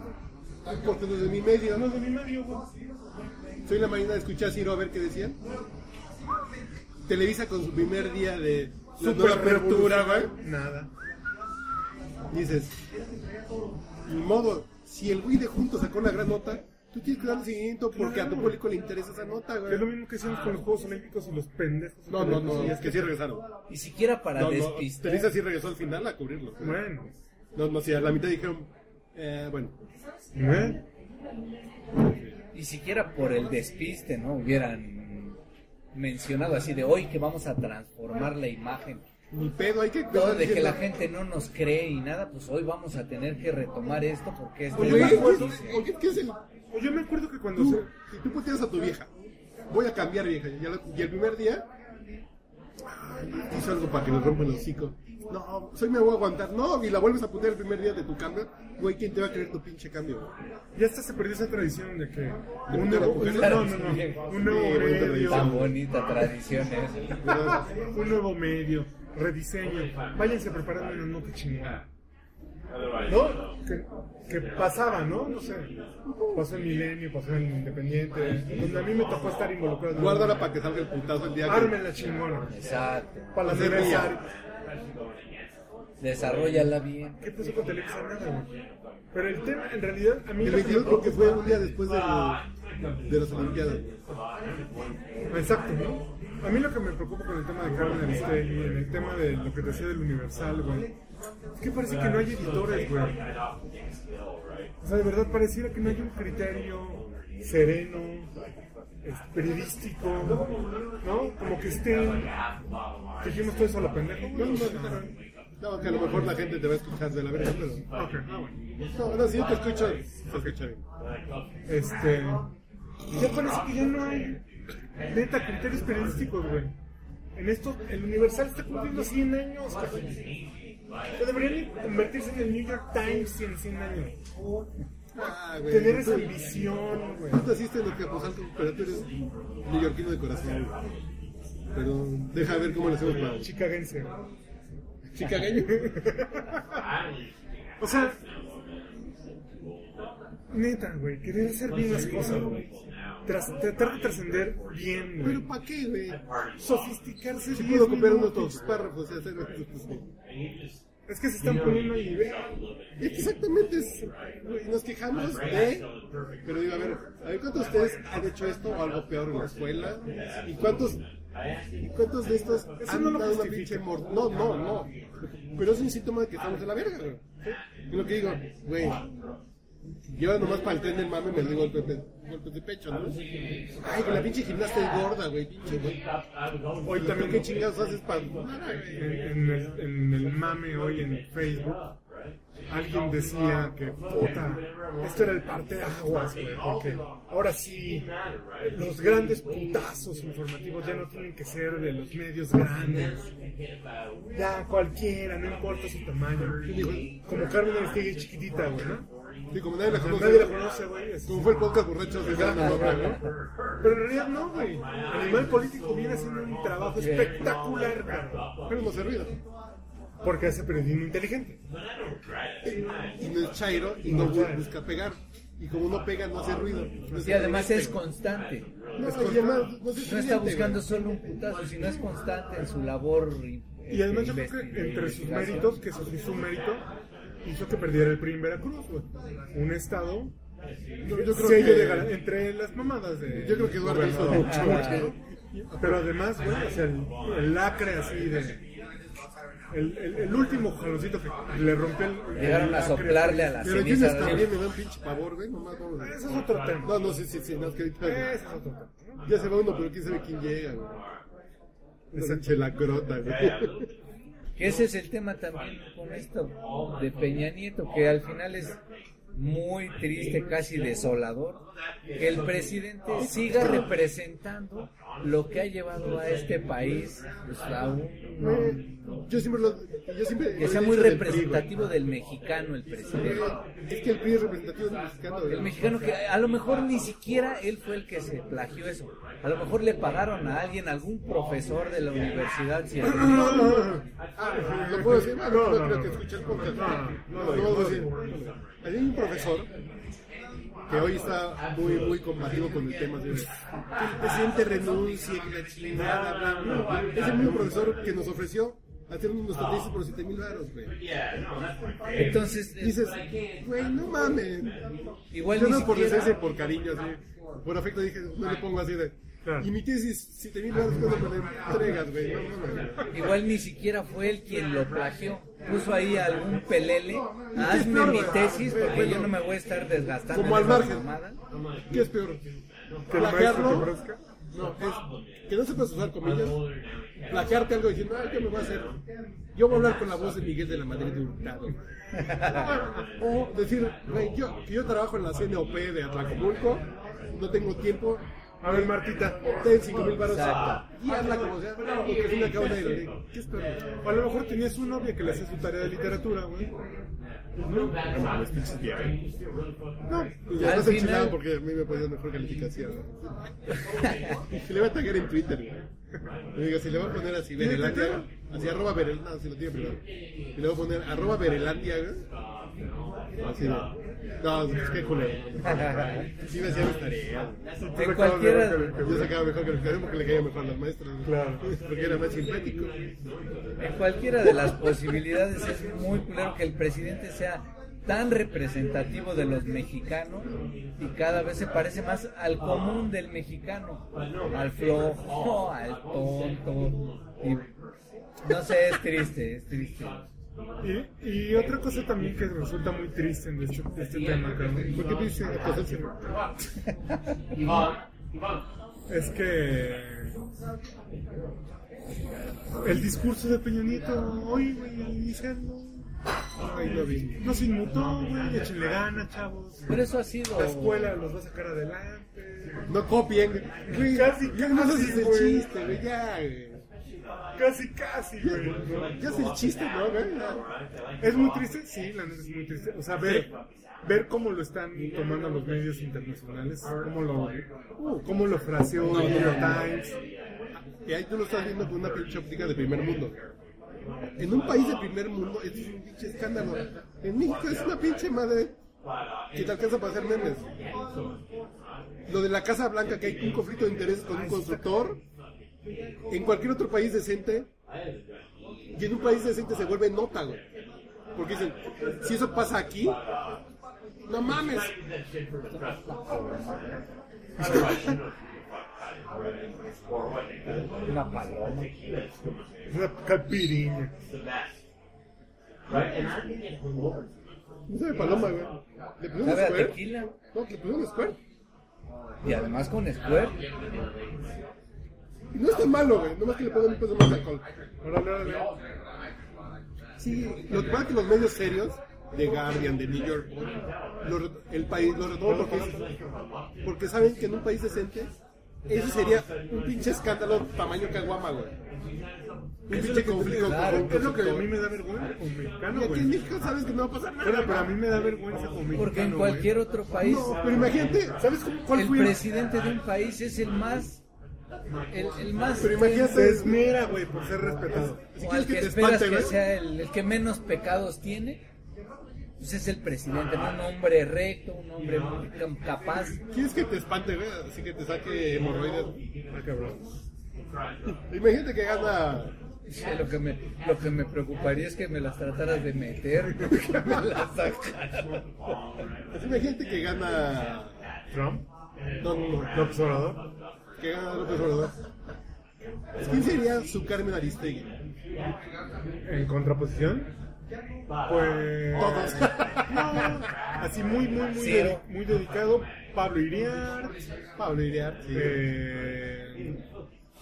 Speaker 2: Porque desde mi medio, ¿no?
Speaker 1: No es de mi medio, güey.
Speaker 2: Soy la mañana de escuchar a Ciro a ver qué decían. Televisa con su primer día de la nueva apertura, güey.
Speaker 1: Nada.
Speaker 2: Dices, ni modo, si el güey de Juntos sacó una gran nota, tú tienes que darle seguimiento porque a tu público le interesa esa nota,
Speaker 1: Es lo
Speaker 2: güey.
Speaker 1: mismo que hicimos con los Juegos Olímpicos y los pendejos.
Speaker 2: No, no, no, es que sí regresaron.
Speaker 3: Y siquiera para
Speaker 2: No, no,
Speaker 3: despistar.
Speaker 2: Televisa sí regresó al final a cubrirlo.
Speaker 1: Bueno.
Speaker 2: No, no, sí, a la mitad dijeron, eh, bueno,
Speaker 1: ¿Eh?
Speaker 3: Y siquiera por el despiste, ¿no? Hubieran mencionado así de hoy que vamos a transformar la imagen.
Speaker 2: ni pedo, hay que...
Speaker 3: Todo de que la gente no nos cree y nada, pues hoy vamos a tener que retomar esto porque esto
Speaker 2: Oye,
Speaker 3: es la
Speaker 2: güey,
Speaker 3: noticia.
Speaker 2: oye, ¿qué es el...?
Speaker 1: Pues yo me acuerdo que cuando
Speaker 2: Tú,
Speaker 1: se...
Speaker 2: si tú puteas a tu vieja, voy a cambiar vieja, y, a la- y el primer día... ay, Hizo algo para que nos rompan el hocico. No, soy me voy a aguantar. No, y la vuelves a putear el primer día de tu cambio. Güey, ¿quién te va a creer tu pinche cambio? güey?
Speaker 1: Ya hasta se perdió esa tradición de que... un
Speaker 2: meter a
Speaker 1: nuevo...
Speaker 2: mujeres.
Speaker 1: un- No, no, no. Un nuevo
Speaker 2: Sí, bonita
Speaker 1: medio. ah,
Speaker 3: Tan bonita tradición es.
Speaker 1: Un nuevo medio. Rediseño. Váyanse preparando una nota chingona. ¿No? Que, que pasaba, ¿no? No sé. Pasó en Milenio, pasó en Independiente. Donde a mí me tocó estar involucrado.
Speaker 2: Guárdala para que salga el putazo el día que... Pues,
Speaker 1: Ármenla chingona.
Speaker 3: Exacto.
Speaker 1: Para la
Speaker 2: Ese
Speaker 1: cerveza.
Speaker 3: Desarrollala bien.
Speaker 1: ¿Qué pasó con Televisa? Nada, güey. Pero el tema, en realidad, a mí...
Speaker 2: El
Speaker 1: lo que me
Speaker 2: 22 creo que fue
Speaker 1: preocupa-
Speaker 2: un día después del- de las Olimpiadas.
Speaker 1: Exacto, ¿no? A mí lo que me preocupa con el tema de Carmen Aristegui, en el tema de lo que te decía del Universal, güey, es que parece que no hay editores, güey. O sea, de verdad pareciera que no hay un criterio sereno, es- periodístico, ¿no? Como que estén... Dijimos todo eso a la pendejo,
Speaker 2: No,
Speaker 1: güey.
Speaker 2: no, no, no, que a lo mejor la gente te va a escuchar de la verga, pero...
Speaker 1: Ok, ah, bueno.
Speaker 2: No, no, si yo te escucho, te escucho bien.
Speaker 1: Este. Ya parece que ya no hay. Neta, criterios periodísticos, güey. En esto, el Universal está cumpliendo 100 años, cabrón. O sea, deberían convertirse en el New York Times en 100 años.
Speaker 2: Ah, güey.
Speaker 1: Tener esa ambición, güey.
Speaker 2: Tú naciste en Azcapotzalco, pues, pero tú eres neoyorquino de corazón. Pero deja ver cómo lo hacemos para
Speaker 1: Chicagense. güey.
Speaker 2: chicagueño.
Speaker 1: O sea. Neta, güey. Querer hacer bien las cosas, güey. Tras- tratar de trascender bien, güey.
Speaker 2: Pero ¿para qué, güey?
Speaker 1: Sofisticarse
Speaker 2: Si
Speaker 1: bien.
Speaker 2: puedo copiar uno de tus párrafos y hacer... pues,
Speaker 1: Es que se están poniendo ahí, güey.
Speaker 2: Exactamente, es, güey, nos quejamos de... Pero digo, a ver, a ver cuántos de ustedes han hecho esto o algo peor en la escuela. ¿Y cuántos, y cuántos de estos han
Speaker 1: no lo
Speaker 2: dado una
Speaker 1: justifica.
Speaker 2: pinche mor- No, no, no. Pero es un síntoma de que estamos en la verga, güey. Es lo que digo, güey. Yo nomás para el tren del mame me doy golpes de, golpes de pecho, ¿no? Ay, que la pinche gimnasta es gorda, güey, pinche, güey.
Speaker 1: Hoy también,
Speaker 2: También
Speaker 1: qué
Speaker 2: qué
Speaker 1: chingados.
Speaker 2: chingados haces para...
Speaker 1: en, en el, en el mame hoy en Facebook, alguien decía que, puta, esto era el parteaguas, güey, porque ahora sí, los grandes putazos informativos ya no tienen que ser de los medios grandes. Ya cualquiera, no importa su tamaño. Como Carmen Aristegui es chiquitita, güey, ¿no?
Speaker 2: Sí, como nadie la conoce.
Speaker 1: Nadie la conoce, güey. es-
Speaker 2: Como fue el podcast borracho de Dana, ¿no?
Speaker 1: Pero en realidad no, güey. Animal Político viene haciendo un trabajo espectacular, cabrón.
Speaker 2: Pero no se ruido.
Speaker 1: Porque hace periodismo inteligente.
Speaker 2: y no es chairo y no bu- busca pegar. Y como no pega, no hace ruido. No
Speaker 3: Y
Speaker 2: hace
Speaker 3: además
Speaker 2: ruido.
Speaker 3: es constante.
Speaker 2: No, y además, no, es
Speaker 3: No está
Speaker 2: estudiante,
Speaker 3: buscando
Speaker 2: güey.
Speaker 3: solo un putazo, sino es constante en su labor.
Speaker 1: Y además
Speaker 3: este,
Speaker 1: yo creo que entre sus méritos, que eso sí es un mérito, hizo que perdiera el PRI en Veracruz, güey. Un estado
Speaker 2: Yo, yo creo
Speaker 1: sello
Speaker 2: que,
Speaker 1: de gar- entre las mamadas de...
Speaker 2: yo creo que Eduardo hizo
Speaker 1: gobernador.
Speaker 2: mucho, güey.
Speaker 1: Pero además, güey, o sea, el, el lacre así de... El, el, el último jaloncito que le rompió el...
Speaker 3: Llegaron a soplarle a la
Speaker 2: Pero
Speaker 3: ceniza.
Speaker 2: Juniors también me da un pinche pavor, güey. Nomás vamos a-
Speaker 1: Ese es otro tema.
Speaker 2: No, no, sí, sí, sí. No, es que ahorita-
Speaker 1: Ese es otro tema. ¿no?
Speaker 2: ya se va uno, pero quién sabe quién llega, güey. Esa chelacrota, güey.
Speaker 3: Que ese es el tema también con esto de Peña Nieto, que al final es muy triste, casi desolador, que el presidente siga representando lo que ha llevado a este país pues, a un-
Speaker 2: Güey, Yo siempre lo. Yo siempre
Speaker 3: que
Speaker 2: lo
Speaker 3: sea
Speaker 2: he
Speaker 3: muy
Speaker 2: dicho del PRI,
Speaker 3: representativo del mexicano el presidente.
Speaker 2: güey. Es que el PRI es representativo del mexicano, güey.
Speaker 3: El mexicano que a lo mejor ni siquiera él fue el que se plagió eso. A lo mejor le pagaron a alguien, algún profesor de la universidad. si algún-
Speaker 2: Ah, ¿Lo puedo decir? Ah, no, no, creo que escuché el podcast. No, no, lo puedo decir. Hay un profesor que hoy está muy, muy combativo con el tema de que el presidente renuncie, que la chingada, bla, bla, bla. Es el mismo profesor que nos ofreció hacernos nuestro tesis por 7 mil baros, güey.
Speaker 3: Entonces, eh,
Speaker 2: Dices, güey, no mames.
Speaker 3: Igual
Speaker 2: Yo
Speaker 3: ni
Speaker 2: no por
Speaker 3: siquiera-
Speaker 2: decencia, por cariño, así. Por afecto dije, no le pongo así de.
Speaker 1: Claro.
Speaker 2: Y mi tesis, 7 mil baros, cuando me la entregas, güey. No mames.
Speaker 3: igual ni siquiera fue él quien lo plagió. Puso ahí algún pelele, hazme
Speaker 2: peor,
Speaker 3: mi
Speaker 2: güey?
Speaker 3: tesis porque
Speaker 2: Bueno.
Speaker 3: yo no me voy a estar desgastando.
Speaker 2: Como al
Speaker 3: en esa
Speaker 2: margen.
Speaker 3: mamada.
Speaker 2: ¿Qué es peor?
Speaker 1: Que el maestro te
Speaker 2: ¿Plagiarlo?
Speaker 1: ofrezca.
Speaker 2: No, es que no sepas usar comillas. Plagiarte algo diciendo, ay, yo me voy a hacer. Yo voy a hablar con la voz de Miguel de la Madrid de Hurtado. O decir, güey, yo, que yo trabajo en la CNOP de Atlacomulco, no tengo tiempo.
Speaker 1: A ver, Martita.
Speaker 2: Ten 5 mil baros.
Speaker 3: Exacto.
Speaker 2: Y hazla como sea, porque es una causa de ¿Qué es peor?
Speaker 1: O a lo mejor tenías un novio que le hacía su tarea de literatura, güey. No, no mames, pinches diabetes.
Speaker 2: No, y ya
Speaker 3: Al
Speaker 2: no
Speaker 3: final-
Speaker 2: se enchilaban porque a mí me ponían mejor calificación. Y le va a tagar en Twitter, güey. Le digo, si le va a poner así, Verelandia, así arroba Verelandia, no, si lo tiene primero. Y le voy a poner arroba Verelandia, güey. Así de. No, es que culo. Sí me hacía mis tareas. güey.
Speaker 1: Tú sacabas
Speaker 3: cualquiera-
Speaker 1: mejor que- que-
Speaker 2: Yo sacaba mejor calificación porque le caía mejor a los maestros. güey.
Speaker 1: Claro.
Speaker 2: Porque era más simpático.
Speaker 3: En cualquiera de las posibilidades es muy claro que el presidente sea tan representativo de los mexicanos y cada vez se parece más al común del mexicano, al flojo, al tonto. y- no sé, es triste, es triste.
Speaker 1: Y, y otra cosa también que resulta muy triste en este, este tema, cabrón,
Speaker 2: ¿Por qué dice acosarse?
Speaker 1: es que el discurso de Peña Nieto hoy, güey, diciendo,
Speaker 2: Ay, no vi.
Speaker 1: no se inmutó, güey, échenle gana, chavos.
Speaker 3: Pero eso ha sido...
Speaker 1: La escuela los va a sacar adelante.
Speaker 2: No copien. Güey,
Speaker 1: Casi,
Speaker 2: ya no
Speaker 1: casi,
Speaker 2: haces el
Speaker 1: güey.
Speaker 2: chiste, güey, ya, güey.
Speaker 1: Casi, casi, güey. ¿no?
Speaker 2: Ya es el chiste, ¿no, güey? Ya.
Speaker 1: ¿Es muy triste? Sí, la neta es muy triste. O sea, ver, ver cómo lo están tomando los medios internacionales, cómo lo, uh, cómo lo fraseó el New York Times.
Speaker 2: Y ahí tú lo estás viendo con una pinche óptica de primer mundo. En un país de primer mundo, esto es un pinche escándalo. En México es una pinche madre que te alcanza para hacer memes. Lo de la Casa Blanca, que hay un conflicto de intereses con un constructor. En cualquier otro país decente. Y en un país decente se vuelve nota, güey. Porque dicen, si eso pasa aquí, no mames.
Speaker 3: Una paloma.
Speaker 1: Una capiriña.
Speaker 2: No sabe paloma, güey. ¿Le pusieron
Speaker 3: Sabe a
Speaker 2: square?
Speaker 3: tequila
Speaker 2: No, le pusieron square.
Speaker 3: y además con Square.
Speaker 2: Y no es tan malo, güey. Nomás que le pongan un peso más de alcohol.
Speaker 1: Órale, órale.
Speaker 2: Sí, lo que pasa es que los medios serios, The Guardian, de New York, lo- el país lo retoman porque, es- porque saben que en un país decente, ese sería un pinche escándalo tamaño caguama, güey. Un pinche conflicto.
Speaker 3: Claro,
Speaker 2: con-
Speaker 1: Es lo que a mí
Speaker 2: con-
Speaker 1: me da vergüenza como
Speaker 2: Y
Speaker 1: mexicano,
Speaker 2: aquí en
Speaker 1: güey.
Speaker 2: México sabes que no va a pasar nada.
Speaker 1: Bueno, pero a mí me da vergüenza como mexicano,
Speaker 3: Porque en
Speaker 1: güey.
Speaker 3: cualquier otro país
Speaker 2: No, pero imagínate, ¿sabes cómo, cuál
Speaker 3: el
Speaker 2: fue?
Speaker 3: presidente de un país es el más... El, el más...
Speaker 2: Pero
Speaker 1: Se
Speaker 2: imagínate, es
Speaker 1: esmera, güey, por ser respetado.
Speaker 2: Si
Speaker 3: o
Speaker 2: quieres
Speaker 3: al que,
Speaker 2: que te
Speaker 3: esperas
Speaker 2: espante,
Speaker 3: que
Speaker 2: güey.
Speaker 3: sea el, el que menos pecados tiene, pues es el presidente, ¿no? un hombre recto, un hombre muy cam- capaz.
Speaker 2: ¿Quieres que te espante, güey? Así que te saque hemorroides.
Speaker 1: Ah, cabrón.
Speaker 2: Imagínate que gana.
Speaker 3: Dice, Lo que, me, lo que me preocuparía es que me las trataras de meter, que me las sacaras.
Speaker 2: Así imagínate que gana.
Speaker 1: Trump,
Speaker 2: No, no, no.
Speaker 1: López Obrador.
Speaker 2: que gana López Obrador. ¿Quién sería su Carmen Aristegui?
Speaker 1: En contraposición, pues.
Speaker 2: Todos.
Speaker 1: No, así muy, muy, muy,
Speaker 3: Cero.
Speaker 1: dedi- muy dedicado. Pablo Iriart.
Speaker 2: Pablo Iriar, sí.
Speaker 1: eh,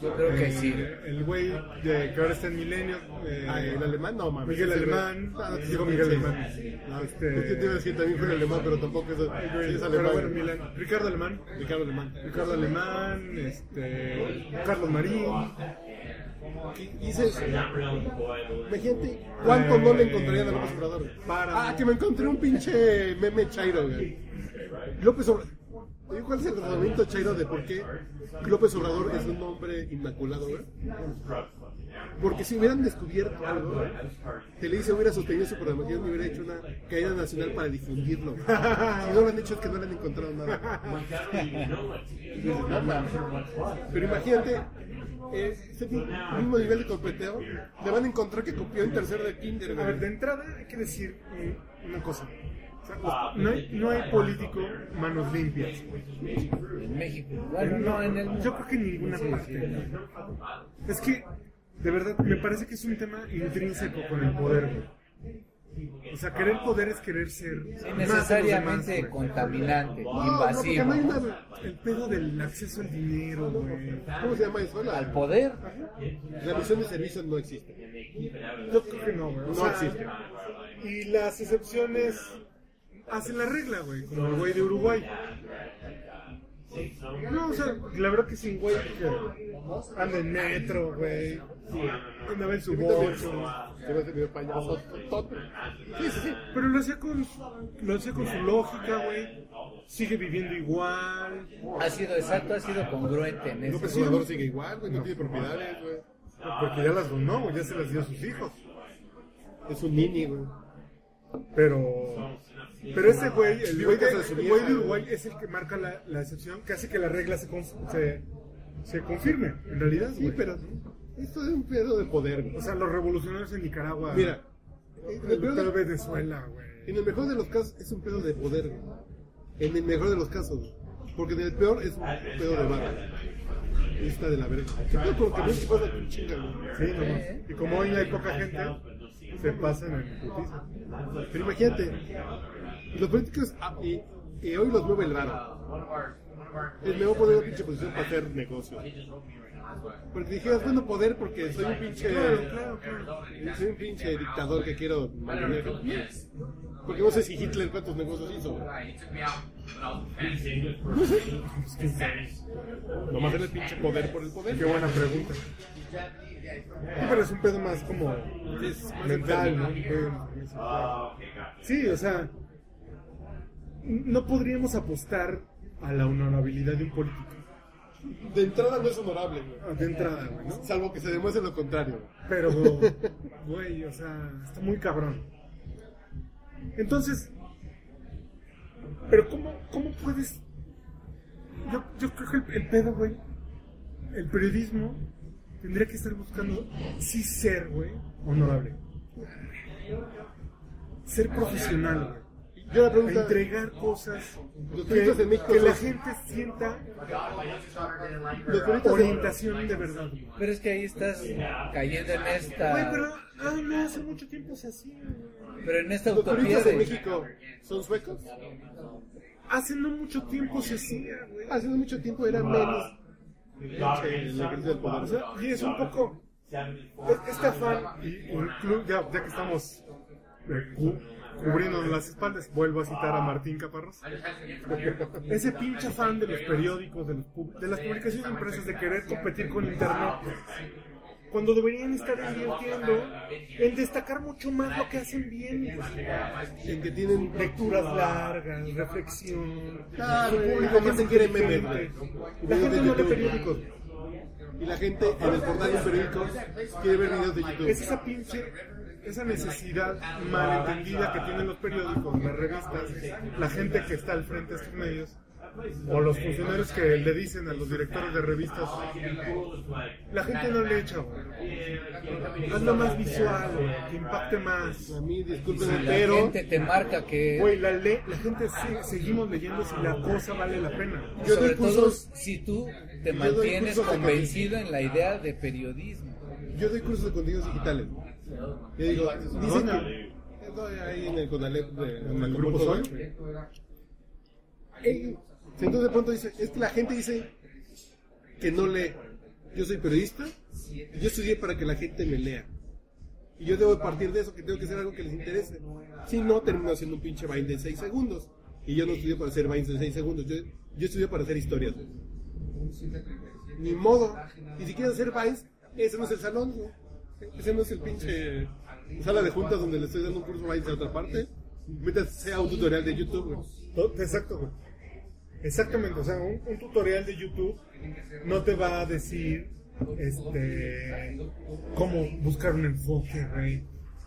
Speaker 3: Yo creo que
Speaker 1: Eh,
Speaker 3: sí.
Speaker 1: El güey de que ahora está en Milenio. eh,
Speaker 2: Ah, el alemán, no mames.
Speaker 1: Miguel
Speaker 2: Ese güey-
Speaker 1: Alemán.
Speaker 2: Ah, no, te digo
Speaker 1: Digo Miguel
Speaker 2: Miguel
Speaker 1: Alemán.
Speaker 2: No,
Speaker 1: Este-
Speaker 2: Es que Pues te iba a decir también fue el alemán, pero tampoco es, sí
Speaker 1: Ay, güey,
Speaker 2: es
Speaker 1: pero
Speaker 2: alemán.
Speaker 1: bueno, Milán. Ricardo Alemán.
Speaker 2: Ricardo Alemán.
Speaker 1: Ricardo Alemán, este, Carlos Marín.
Speaker 2: ¿Qué dices? Imagínate, ¿cuánto no le encontrarían a López Obrador?
Speaker 1: Para.
Speaker 2: Ah, que me encontré un pinche meme chairo, güey. López Obrador. Oye, ¿Cuál es el razonamiento chairo de por qué López Obrador es un hombre inmaculado, güey? Porque si hubieran descubierto algo, güey, Televisa hubiera sostenido su programación y hubiera hecho una caída nacional para difundirlo. güey. Si no lo han hecho es que no le han encontrado nada. No mames. Pero imagínate, eh, ese mismo nivel de copeteo, le van a encontrar que copió en tercero de kinder,
Speaker 1: A ver, de
Speaker 2: güey.
Speaker 1: entrada hay que decir eh, una cosa. O sea, No hay, no hay político manos limpias.
Speaker 3: En México. Bueno, no, en el
Speaker 1: Yo creo que en ninguna
Speaker 3: Sí,
Speaker 1: parte.
Speaker 3: sí, no.
Speaker 1: Es que, de verdad, me parece que es un tema intrínseco con el poder. güey. O sea, querer poder es querer ser más de
Speaker 3: Sí,
Speaker 1: los
Speaker 3: necesariamente
Speaker 1: demás, güey.
Speaker 3: contaminante,
Speaker 2: No, no, porque
Speaker 3: invasivo.
Speaker 2: no hay una...
Speaker 1: El pedo del acceso al dinero, güey.
Speaker 2: ¿Cómo se llama eso?
Speaker 3: Al
Speaker 2: La,
Speaker 3: poder.
Speaker 2: la misión de servicio no existe.
Speaker 1: Yo creo que no, güey. O
Speaker 2: No
Speaker 1: sea,
Speaker 2: existe.
Speaker 1: Y las excepciones hacen la regla, güey. Como el güey de Uruguay. No, o sea, la verdad que sin güey que anda en metro, güey. Andaba en su bolso.
Speaker 2: Se va a servir payaso. totote. Sí, sí, sí.
Speaker 1: Pero lo hacía con, lo hacía con su lógica, güey. Sigue viviendo igual.
Speaker 3: Ha sido exacto, ha sido congruente en este eso.
Speaker 2: López Obrador sigue igual, güey, no tiene propiedades, güey.
Speaker 1: Porque ya las donó, güey. Ya se las dio a sus hijos.
Speaker 2: Es un nini, güey.
Speaker 1: Pero. Pero ese güey, el güey de,
Speaker 2: Vive con su
Speaker 1: el güey de
Speaker 2: vieja.
Speaker 1: Uruguay es el que marca la, la excepción, que hace que la regla se, conf- se, se confirme, en realidad,
Speaker 2: Sí,
Speaker 1: güey.
Speaker 2: pero esto es un pedo de poder, güey.
Speaker 1: O sea, los revolucionarios en Nicaragua.
Speaker 2: Mira, en
Speaker 1: El
Speaker 2: el peor
Speaker 1: pedo de
Speaker 2: de-
Speaker 1: Venezuela, güey.
Speaker 2: en el mejor de los casos es un pedo de poder, güey. En el mejor de los casos, güey. porque en el peor es un pedo de barra. Esta de la verga. ¿Qué pedo con lo que México pasa con chinga, güey?
Speaker 1: Sí, nomás. Y como hoy hay poca gente, se pasan en putiza.
Speaker 2: Pero imagínate, los políticos, ah, y, y hoy los mueve el varo. El me voy a poner una pinche posición para hacer negocio. Porque dijeras, bueno, poder porque soy un pinche.
Speaker 1: Claro, claro, claro.
Speaker 2: Soy un pinche dictador que quiero mantener. Porque no sé si Hitler cuántos negocios hizo. güey. Nomás era el pinche poder por el poder.
Speaker 1: Qué buena pregunta. Sí, pero es un pedo más como
Speaker 2: Es más
Speaker 1: mental, ¿no?
Speaker 2: enfermo.
Speaker 1: Güey. Sí, o sea, no podríamos apostar a la honorabilidad de un político
Speaker 2: De entrada no es honorable, güey.
Speaker 1: de entrada, güey, ¿no?
Speaker 2: Salvo que se demuestre lo contrario. güey.
Speaker 1: Pero, güey, o sea, está muy cabrón. Entonces, pero ¿cómo, cómo puedes...? Yo, yo creo que el, el pedo, güey, el periodismo tendría que estar buscando sí ser, güey, honorable. Ser profesional,
Speaker 2: Yo la
Speaker 1: güey.
Speaker 2: pregunta.
Speaker 1: Entregar cosas
Speaker 2: Los
Speaker 1: que,
Speaker 2: periodistas en México
Speaker 1: que la
Speaker 2: son-
Speaker 1: gente sienta
Speaker 2: Los periodistas en-
Speaker 1: orientación de verdad. güey.
Speaker 3: Pero es que ahí estás cayendo en
Speaker 1: Güey,
Speaker 3: esta.
Speaker 1: pero ay, no, hace mucho tiempo es así, güey.
Speaker 3: Pero en esta
Speaker 2: ¿Los
Speaker 3: utopía
Speaker 2: turistas de
Speaker 3: de.
Speaker 2: México son suecos?
Speaker 1: Hace no mucho tiempo se hacía, güey.
Speaker 2: Hace no mucho tiempo era menos pinche el ejercicio del
Speaker 1: O
Speaker 2: poder.
Speaker 1: sea, y es un poco. e- Este afán, y inclu- ya, ya que estamos eh, cu- cubriéndonos las espaldas, vuelvo a citar a Martín Caparrós. Ese pinche afán de los periódicos, de, los pub- de las publicaciones de empresas, de querer competir con Internet, cuando deberían estar invirtiendo en destacar mucho más lo que hacen bien, pues,
Speaker 2: En que tienen
Speaker 1: lecturas largas, reflexión.
Speaker 2: Claro, eh, el público
Speaker 1: Gente
Speaker 2: más se quiere
Speaker 1: inteligente.
Speaker 2: memes, güey.
Speaker 1: La gente no lee
Speaker 2: YouTube.
Speaker 1: periódicos.
Speaker 2: Y la gente en el portal de periódicos quiere ver videos de YouTube.
Speaker 1: Es esa pinche, esa necesidad malentendida que tienen los periódicos, las revistas, la gente que está al frente de estos medios, o los funcionarios que le dicen a los directores de revistas, la gente no le echa, güey. Hazlo más visual, güey, que impacte más.
Speaker 2: A mí, discúlpenme,
Speaker 3: La
Speaker 2: pero
Speaker 3: gente te marca que.
Speaker 1: Güey, la, le- la gente se- seguimos leyendo si la cosa vale la pena.
Speaker 2: yo
Speaker 3: Sobre
Speaker 2: doy
Speaker 3: todo
Speaker 2: cursos-
Speaker 3: si tú te
Speaker 2: yo doy
Speaker 3: mantienes
Speaker 2: cursos de
Speaker 3: convencido en la idea de periodismo.
Speaker 2: yo doy cursos de contenidos digitales. Yo digo, dicen que... Doy ahí en el Conalep de en
Speaker 1: el
Speaker 2: Acapulco
Speaker 1: grupo
Speaker 2: Sol.
Speaker 1: Sol.
Speaker 2: Eh, Entonces de pronto dice, es que la gente dice que no lee. Yo soy periodista. y Yo estudié para que la gente me lea. Y yo debo partir de eso, que tengo que hacer algo que les interese. Si no, termino haciendo un pinche vain de 6 segundos. Y yo no estudié para hacer vains de 6 segundos. Yo, yo estudié para hacer historias. güey. Ni modo. Y si quieres hacer vains, ese no es el salón. güey. Ese no es el pinche sala de juntas donde le estoy dando un curso vains a otra parte. Métase a un tutorial de YouTube. güey.
Speaker 1: To- Exacto, güey. Exactamente, o sea, un, un tutorial de YouTube no te va a decir este cómo buscar un enfoque, güey.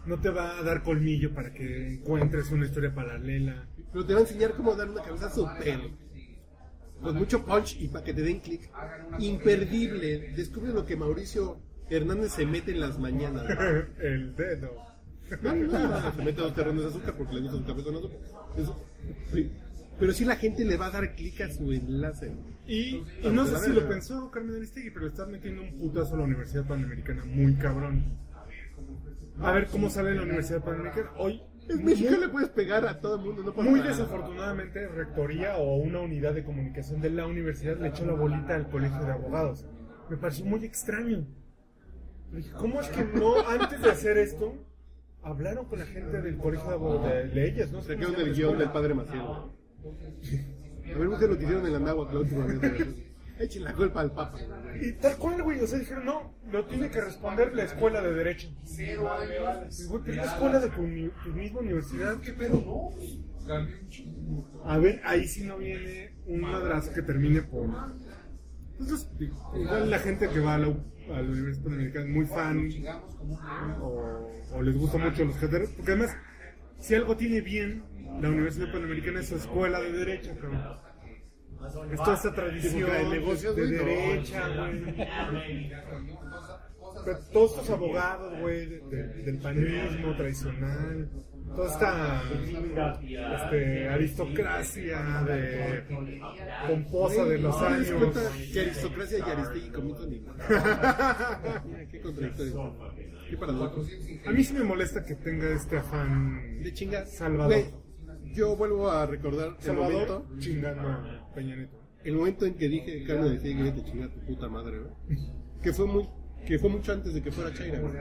Speaker 1: No te va a dar colmillo para que encuentres una historia paralela.
Speaker 2: Pero te va a enseñar cómo dar una cabeza pelo. Con mucho punch y para que te den clic. Imperdible. Descubre lo que Mauricio Hernández se mete en las mañanas.
Speaker 1: El dedo.
Speaker 2: No, no, no, se mete dos terrenos de azúcar porque le gusta su café con azúcar. Eso- sí. Pero si la gente le va a dar clic a su enlace.
Speaker 1: Y, y no sé si lo pensó Carmen Aristegui, pero le estás metiendo un putazo a la Universidad Panamericana muy cabrón. A ver cómo sale la Universidad Panamericana. Hoy
Speaker 2: En México le puedes pegar a todo el mundo. No pasa
Speaker 1: Muy
Speaker 2: nada.
Speaker 1: desafortunadamente, Rectoría o una unidad de comunicación de la universidad le echó la bolita al colegio de abogados. Me pareció muy extraño. Le dije, ¿cómo es que no, antes de hacer esto, hablaron con la gente del colegio de abogados, de, de ellas, no
Speaker 2: Se
Speaker 1: sé cómo
Speaker 2: quedó en
Speaker 1: se
Speaker 2: el
Speaker 1: llama
Speaker 2: guión
Speaker 1: la
Speaker 2: del padre Maciel. A ver, ustedes lo que hicieron en la náhuatl la última vez. Echen la culpa al papa.
Speaker 1: escuela. Y tal cual, güey, o sea, dijeron, no, lo tiene que responder la escuela de derecho. Y, güey, pero es la escuela de tu, uni- tu misma universidad, ¿qué pedo? A ver, ahí sí no viene un madrazo que termine por... Entonces, digo, igual la gente que va a la, U- a la Universidad Panamericana es muy fan o, o les gusta mucho los cateros, porque además, si algo tiene bien la Universidad Panamericana es su escuela de derecho, cabrón. Es toda esta tradición
Speaker 2: de negocios,
Speaker 1: de
Speaker 2: güey, no.
Speaker 1: derecha, güey. Pero todos estos abogados, güey, de- de- del panismo tradicional, toda esta este, aristocracia de, pomposa de los
Speaker 2: ¿Te das
Speaker 1: años.
Speaker 2: cuenta que aristocracia y Aristegui comienzan igual? Mira, qué contradictorio. Qué paradoja.
Speaker 1: A mí sí me molesta que tenga este afán
Speaker 2: De chingas.
Speaker 1: Salvador.
Speaker 2: Güey, yo vuelvo a recordar el
Speaker 1: Salvador
Speaker 2: momento,
Speaker 1: chingando a Peña Nieto.
Speaker 2: el momento en que dije, Carmen decía que te chinga tu puta madre, ¿no? Que fue muy, que fue mucho antes de que fuera Chaira, güey.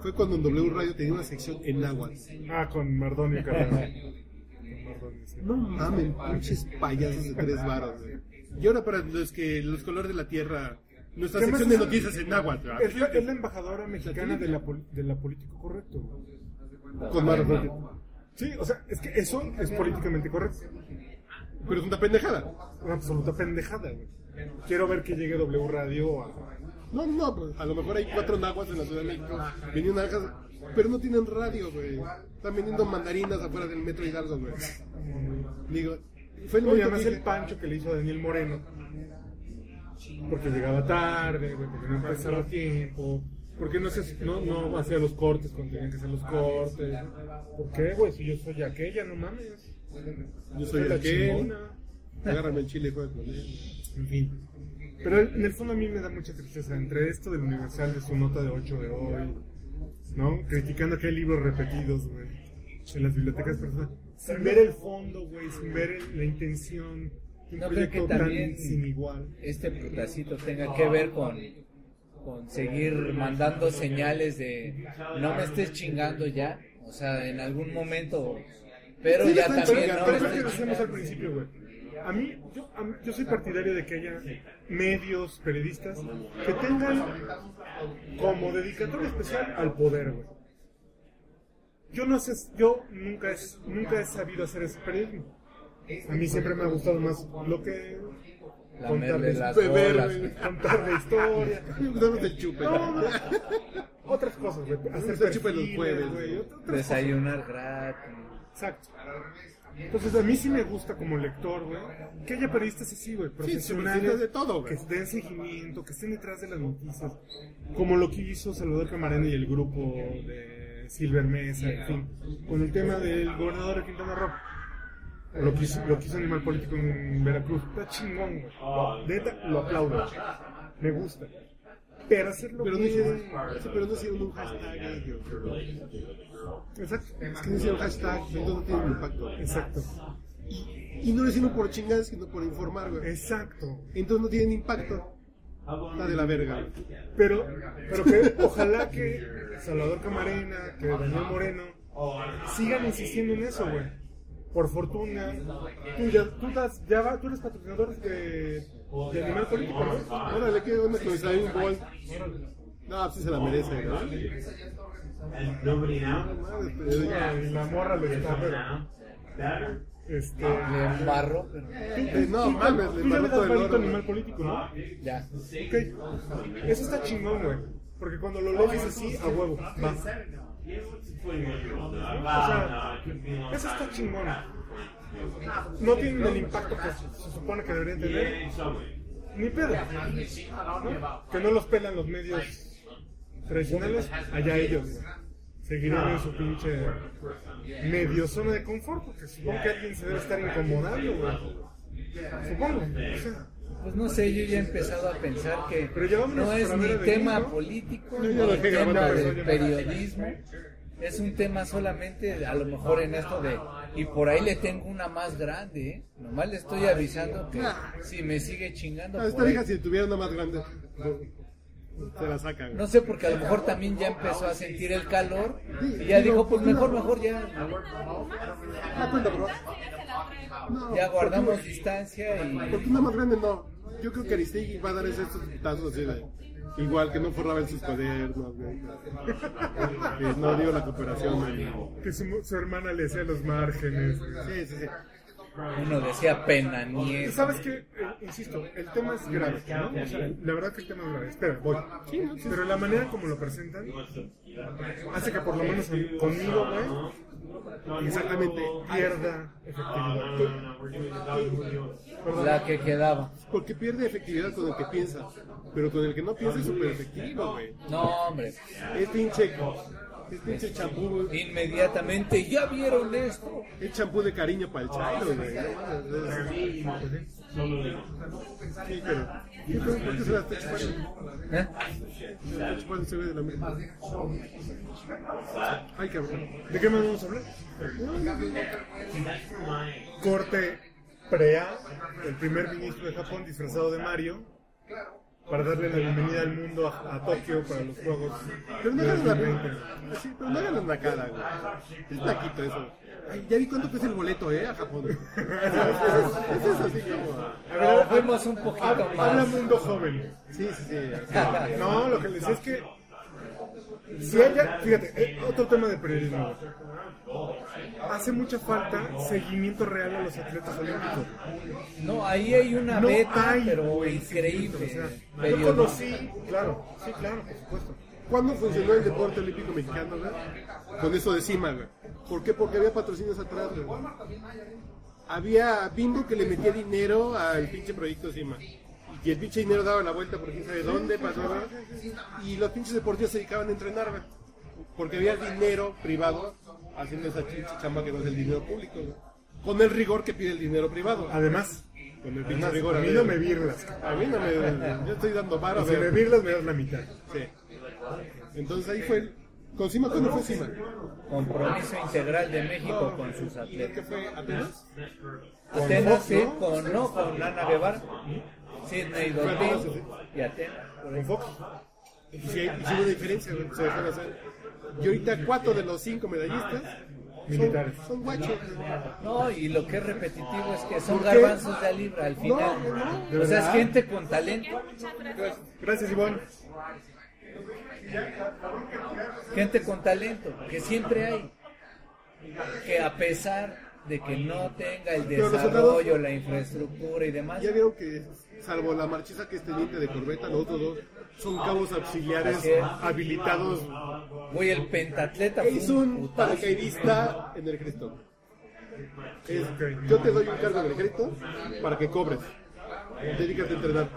Speaker 2: Fue cuando en W Radio tenía una sección en náhuatl.
Speaker 1: Ah, con Mardonio Carrera. Con Mardonio, sí.
Speaker 2: No mamen, pinches payasos de tres varos, güey. Y ahora para los que los colores de la tierra, nuestra
Speaker 1: ¿Qué más
Speaker 2: sección de
Speaker 1: es-
Speaker 2: noticias en náhuatl, ¿verdad?
Speaker 1: Es la, es la embajadora mexicana de la, pol- de la político correcto. güey.
Speaker 2: con Mara Rodríguez.
Speaker 1: Sí, o sea, es que eso es políticamente correcto.
Speaker 2: Pero es una pendejada.
Speaker 1: Una absoluta pendejada, güey. Quiero ver que llegue W Radio a...
Speaker 2: No, no, pues, a lo mejor hay cuatro nahuas en la Ciudad de México vendiendo naranjas, pero no tienen radio, güey. Están vendiendo mandarinas afuera del metro Hidalgo, güey. Digo, fue el
Speaker 1: Y
Speaker 2: momento
Speaker 1: además
Speaker 2: que
Speaker 1: el
Speaker 2: dije,
Speaker 1: pancho que le hizo a Daniel Moreno. Porque llegaba tarde, güey, porque no empezaba a tiempo. Porque no, se, no, no hacía los cortes cuando tenían que hacer los cortes. ¿Por qué, güey? Si yo soy aquella, no mames.
Speaker 2: yo soy
Speaker 1: la
Speaker 2: el que,
Speaker 1: chingona.
Speaker 2: agárrame el chile y juega con él.
Speaker 1: En fin. Pero en el fondo a mí me da mucha tristeza. Entre esto del Universal de su nota de 8 de hoy, ¿no? Criticando que hay libros repetidos, güey, en las bibliotecas personales. Sin ver el fondo, güey, sin ver el- la intención de un
Speaker 3: No, pero
Speaker 1: proyecto
Speaker 3: que
Speaker 1: tan
Speaker 3: también-
Speaker 1: sin igual.
Speaker 3: este putacito tenga que ver con, con seguir mandando señales de no me estés chingando ya, o sea, en algún momento, pero
Speaker 2: Sí,
Speaker 3: ya
Speaker 2: está
Speaker 3: también
Speaker 2: chingando,
Speaker 3: no me
Speaker 1: Pero es
Speaker 3: estés
Speaker 1: que decíamos al
Speaker 3: chingando.
Speaker 1: principio, güey. A mí, yo, a mí- yo soy partidario de que haya medios, periodistas, que tengan como dedicatoria especial al poder, güey. Yo no sé, yo nunca he, nunca he sabido hacer ese periodismo. A mí siempre me ha gustado más lo que
Speaker 3: Lamerle las
Speaker 2: Beber,
Speaker 3: bolas.
Speaker 2: güey.
Speaker 1: contar la historia.
Speaker 2: Me gustaba el chupe.
Speaker 1: No, no, Otras cosas, güey. Hacer
Speaker 2: Se chupa los
Speaker 1: perfiles,
Speaker 2: jueves,
Speaker 1: güey.
Speaker 2: güey.
Speaker 1: otras cosas.
Speaker 3: Desayunar gratis.
Speaker 1: Exacto. Entonces a mí sí me gusta como lector, güey, que haya periodistas así, güey, profesionales,
Speaker 2: periodistas pues, de todo, güey.
Speaker 1: que den seguimiento, que estén detrás de las noticias, como lo que hizo Salvador Camarena y el grupo de Silver Mesa, en fin, con el tema del gobernador de Quintana Roo. O Lo que, hizo, lo que hizo Animal Político en Veracruz. Está chingón, güey. Lo- neta, lo aplaudo. Me gusta. Pero hacerlo
Speaker 2: Pero no
Speaker 1: bien...
Speaker 2: hicieron, sí, pero no hicieron un hashtag ellos.
Speaker 1: Exacto.
Speaker 2: Es que no hicieron hashtag, entonces no tienen impacto.
Speaker 1: Exacto.
Speaker 2: Y no lo hicieron por chingadas, sino por informar, güey.
Speaker 1: Exacto.
Speaker 2: Entonces no tienen impacto. Está de la verga.
Speaker 1: Pero, pero que ojalá que Salvador Camarena, que Daniel Moreno, sigan insistiendo en eso, güey. Por fortuna, tú ya, tú, das- ya va- tú eres patrocinador de, de Animal Político, ¿no?
Speaker 2: Órale, qué onda con Usain Bolt. No, pues sí se la merece, ¿no?
Speaker 1: Y La, y la morra lo está, pero, este,
Speaker 3: Le embarro, pero
Speaker 2: Eh, No,
Speaker 1: tú,
Speaker 2: mames,
Speaker 1: tú ya le das
Speaker 2: el
Speaker 1: palito a Animal Político, ¿no?
Speaker 3: ya.
Speaker 1: Ok, eso está chingón, güey. Porque cuando lo lees dices, sí, a huevo, va. O sea, eso está chingón. No tienen el impacto que se supone que deberían tener. Ni pedo. ¿no? Que no los pelan los medios tradicionales, allá ellos. Seguirán en su pinche medio zona de confort, porque supongo que alguien se debe estar incomodando, güey. Supongo. o sea.
Speaker 3: Pues no sé, yo ya he empezado a pensar que
Speaker 1: Pero ya vámonos
Speaker 3: no
Speaker 1: para
Speaker 3: es
Speaker 1: ver
Speaker 3: ni
Speaker 1: el
Speaker 3: tema
Speaker 1: libro.
Speaker 3: político,
Speaker 2: Yo ya
Speaker 3: no
Speaker 2: lo
Speaker 3: es
Speaker 2: dejé
Speaker 3: tema
Speaker 2: grabando,
Speaker 3: de
Speaker 1: eso ya.
Speaker 3: periodismo, es un tema solamente, a lo mejor en esto de, y por ahí le tengo una más grande, ¿eh? nomás le estoy avisando que si me sigue chingando,
Speaker 2: Ah, Esta
Speaker 3: por ahí.
Speaker 2: vieja, si tuviera una más grande, se la sacan.
Speaker 3: no sé, porque a lo mejor también ya empezó a sentir el calor y ya
Speaker 2: Sí,
Speaker 3: dijo,
Speaker 2: no,
Speaker 3: pues
Speaker 2: no.
Speaker 3: mejor, mejor ya,
Speaker 2: Ah, cuenta, bro. No,
Speaker 3: ya guardamos
Speaker 2: porque-
Speaker 3: distancia
Speaker 2: Porque
Speaker 3: y...
Speaker 2: una más grande no. Yo creo que Aristegui va a dar esos tazos así de. Igual que no forraba en sus cuadernos, güey. Que no dio la cooperación, güey.
Speaker 1: Que su, su hermana le hacía los márgenes.
Speaker 2: Sí, sí, sí.
Speaker 3: Uno decía pena nieto.
Speaker 1: ¿Sabes qué? Eh, Insisto, el tema es grave. ¿no? O sea, la verdad que el tema es grave. Espera, voy. Pero la manera como lo presentan hace que por lo menos conmigo, güey, exactamente pierda efectividad.
Speaker 3: la que quedaba.
Speaker 2: Porque pierde efectividad con el que piensa. Pero con el que no piensa es súper efectivo, güey.
Speaker 3: No, hombre.
Speaker 2: Es pinche. Es pinche champú, güey.
Speaker 3: Inmediatamente, ya vieron esto.
Speaker 2: Es champú de cariño para el chairo, güey. No mames, es- Sí, pero. sí, pero ¿Por qué se la está chupando?
Speaker 3: ¿Eh?
Speaker 2: Se la está chupando ese güey de la misma. Ay, cabrón.
Speaker 1: ¿De qué más vamos a hablar? Corte Prea, el primer ministro de Japón disfrazado de Mario, para darle la bienvenida al mundo a, a Tokio para los Juegos.
Speaker 2: Pero no
Speaker 1: de
Speaker 2: hagas la
Speaker 1: 2020.
Speaker 2: Así, pero no hagas la nacada, güey. Es taquito eso. Ay, ya vi cuánto pesa el boleto, eh, a Japón. Eso es así como.
Speaker 1: A ver,
Speaker 3: fuimos un poquito
Speaker 1: Habla-
Speaker 3: más.
Speaker 1: Habla mundo joven.
Speaker 2: Sí, sí, sí.
Speaker 1: No, lo que les decía es que. Si haya, fíjate, eh, otro tema de periodismo. Hace mucha falta seguimiento real a los atletas olímpicos.
Speaker 3: No, ahí hay una
Speaker 1: No
Speaker 3: beta,
Speaker 1: hay,
Speaker 3: pero
Speaker 1: güey,
Speaker 3: increíble.
Speaker 1: seguimiento, o sea, yo
Speaker 3: periodo.
Speaker 1: conocí, claro, sí, claro, por supuesto.
Speaker 2: ¿Cuándo funcionó el deporte olímpico mexicano, güey? Con eso de cima, güey. ¿Por qué? Porque había patrocinios atrás, güey. Había Bimbo que le metía dinero al pinche proyecto cima. Y el pinche dinero daba la vuelta por quién sabe dónde, pasaba. Y los pinches deportivos se dedicaban a entrenar, güey. Porque había dinero privado haciendo esa pinche chamba que no es el dinero público, güey. Con el rigor que pide el dinero privado.
Speaker 1: Además,
Speaker 2: Con el pinche
Speaker 1: además,
Speaker 2: rigor.
Speaker 1: a mí
Speaker 2: ver,
Speaker 1: no me virlas.
Speaker 2: A mí no me... Yo estoy dando varo, a
Speaker 1: Si me
Speaker 2: ver.
Speaker 1: virlas, me das la mitad.
Speaker 2: Sí. Entonces ahí fue el... ¿Con Cima cuándo fue Cima?
Speaker 3: Compromiso integral de México con sus
Speaker 2: ¿Qué
Speaker 3: atletas.
Speaker 2: fue Atenas?
Speaker 3: Atenas,
Speaker 1: Fox,
Speaker 3: sí,
Speaker 1: ¿no?
Speaker 3: con, no, con Ana Guevara, Sidney
Speaker 2: Atenas,
Speaker 3: Dolphin
Speaker 2: sí.
Speaker 3: y Atenas.
Speaker 1: Con Fox.
Speaker 2: Y sí, y sí hubo diferencia, güey, se dejó de hacer. Y ahorita cuatro de los cinco medallistas son-
Speaker 1: Militares.
Speaker 2: Son, guachos.
Speaker 3: No, y lo que es repetitivo es que son
Speaker 2: ¿Por qué?
Speaker 3: garbanzos de a libra al final.
Speaker 2: no,
Speaker 3: o sea, es
Speaker 1: ¿verdad?
Speaker 3: gente con talento,
Speaker 1: Gracias, Ivonne.
Speaker 3: gente con talento, que siempre hay. Que a pesar de que no tenga el
Speaker 2: Pero los
Speaker 3: desarrollo,
Speaker 2: soldados-
Speaker 3: la infraestructura y demás,
Speaker 2: Ya vieron que, salvo la marchisa que es teniente de corbeta, los otros dos son cabos auxiliares
Speaker 3: Así es.
Speaker 2: habilitados.
Speaker 3: Güey, el pentatleta fue
Speaker 2: Es
Speaker 3: un
Speaker 2: un
Speaker 3: putazo.
Speaker 2: paracaidista en el Cristo. Es,
Speaker 1: Ok.
Speaker 2: yo te doy un cargo en el Cristo para que cobres. Dedícate a entrenar.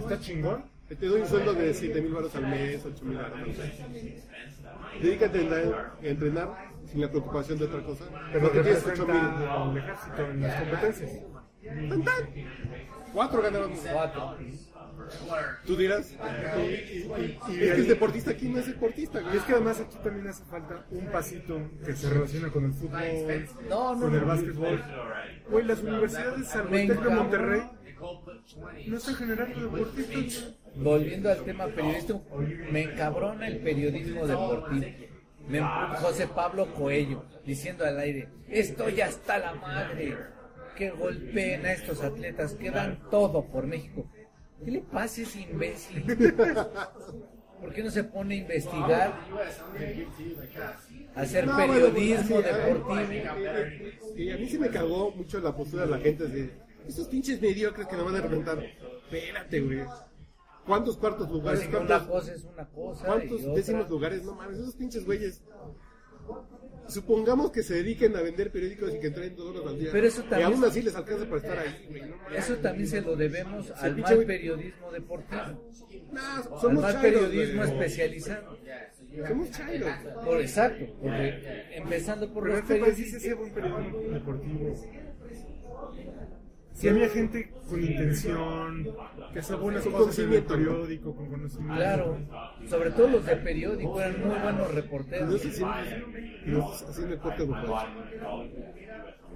Speaker 1: ¿Está chingón?
Speaker 2: Te doy un sueldo de 7 mil baros al mes, 8 mil baros al mes. Dedícate a entrenar, a entrenar sin la preocupación de otra cosa.
Speaker 1: Pero
Speaker 2: Porque tienes 8
Speaker 1: representa al ejército en las competencias.
Speaker 2: mil. ¡Tan, tan! Cuatro ganaron.
Speaker 3: Cuatro.
Speaker 2: Tú dirás,
Speaker 1: Y
Speaker 2: es que
Speaker 1: ahí-
Speaker 2: el deportista aquí no es deportista,
Speaker 1: Y
Speaker 2: güey.
Speaker 1: Eh, es que además aquí también hace falta un pasito que se relaciona con el fútbol,
Speaker 3: No, no,
Speaker 1: con el
Speaker 3: no.
Speaker 1: básquetbol. Güey, las universidades, salvo
Speaker 3: Me
Speaker 1: el Tec de
Speaker 3: encanta.
Speaker 1: Monterrey, No está generando deportistas. güey.
Speaker 3: Volviendo al tema periodístico, me encabrona el periodismo deportivo. Me- José Pablo Coello diciendo al aire, estoy hasta la madre, que golpeen a estos atletas, que dan todo por México. ¿Qué le pasa a ese imbécil? ¿Por qué no se pone a investigar,
Speaker 2: pues,
Speaker 3: a hacer
Speaker 2: No, bueno,
Speaker 3: periodismo
Speaker 2: pues, así,
Speaker 3: deportivo?
Speaker 2: ay, Y a mí se me cagó mucho la postura de la gente. Así, de, estos pinches mediocres que nos van a reventar. Espérate, güey. ¿Cuántos cuartos
Speaker 3: Pues,
Speaker 2: lugares?
Speaker 3: si una
Speaker 2: ¿Cuántos,
Speaker 3: cosa es una cosa. y
Speaker 2: cuántos
Speaker 3: otra.
Speaker 2: décimos lugares? No mames, esos pinches güeyes. Supongamos que se dediquen a vender periódicos y que traen dos horas al día.
Speaker 3: Pero eso
Speaker 2: y
Speaker 3: también-
Speaker 2: aún así les alcanza para estar ahí, güey. No, mames.
Speaker 3: Eso también se lo debemos al
Speaker 2: pinche
Speaker 3: mal
Speaker 2: güey-
Speaker 3: periodismo deportivo,
Speaker 2: No,
Speaker 3: al
Speaker 2: somos
Speaker 3: mal
Speaker 2: chairos,
Speaker 3: periodismo
Speaker 2: güey.
Speaker 3: especializado.
Speaker 2: Somos chairos. güey.
Speaker 3: Por exacto, porque empezando por
Speaker 1: Pero
Speaker 3: los
Speaker 1: este país sí se
Speaker 3: periodistas,
Speaker 1: hace buen periodismo deportivo. Si había gente con intención, que hacía buenas
Speaker 2: Con
Speaker 1: cosas en el
Speaker 2: conocimiento.
Speaker 1: periódico, con conocimiento.
Speaker 3: claro, sobre todo los de periódico, eran muy buenos
Speaker 2: No
Speaker 3: reporteros.
Speaker 2: sé si no sé si haciendo el corte grupal.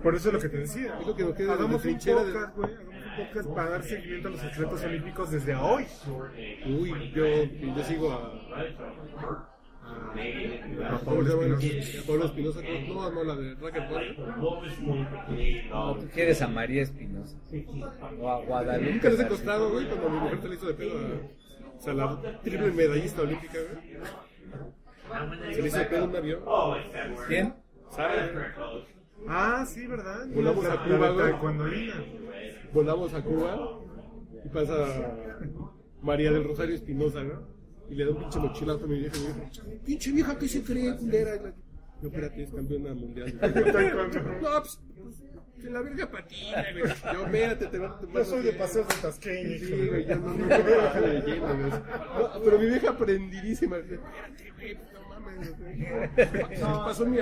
Speaker 1: Por eso es lo que te decía.
Speaker 2: Es lo que nos queda de
Speaker 1: hagamos
Speaker 2: la
Speaker 1: un
Speaker 2: trinchera de-
Speaker 1: podcast, güey. Hagamos un podcast para dar seguimiento a los atletas olímpicos desde hoy.
Speaker 2: Uy, yo, yo sigo a. a- a Pablo Espinosa. A Pablo Espinosa. No, no, la de Racquetball.
Speaker 3: No, tú quieres a María Espinosa o a Guadalupe.
Speaker 2: Nunca les he
Speaker 3: García.
Speaker 2: costado, güey, cuando mi mujer te le hizo de pedo a. O sea, la triple medallista olímpica, güey. Se le hizo de pedo un avión.
Speaker 3: ¿Quién?
Speaker 1: Ah, sí, ¿verdad?
Speaker 2: Volamos
Speaker 1: La-
Speaker 2: a Cuba,
Speaker 1: la
Speaker 2: güey.
Speaker 1: taekwondoína.
Speaker 2: Volamos a Cuba y pasa María del Rosario Espinosa, ¿no? Y le da un pinche mochilazo a mi vieja. y me dice, Pinche vieja, ¿qué se cree, culera? Y la- No, espérate, es campeona mundial.
Speaker 1: Taekwondo.
Speaker 2: No, pues, pues, que la verga patina, güey. Yo, espérate, te va te
Speaker 1: Yo soy de
Speaker 2: vas a-
Speaker 1: paseos de Tasqueña. hijo
Speaker 2: Sí,
Speaker 1: de-
Speaker 2: güey, yo no, no, no, bájale de lleno, güey. No, pero mi vieja aprendidísima. dice, Espérate, güey, pues, no mames. güey". No, pasó mi,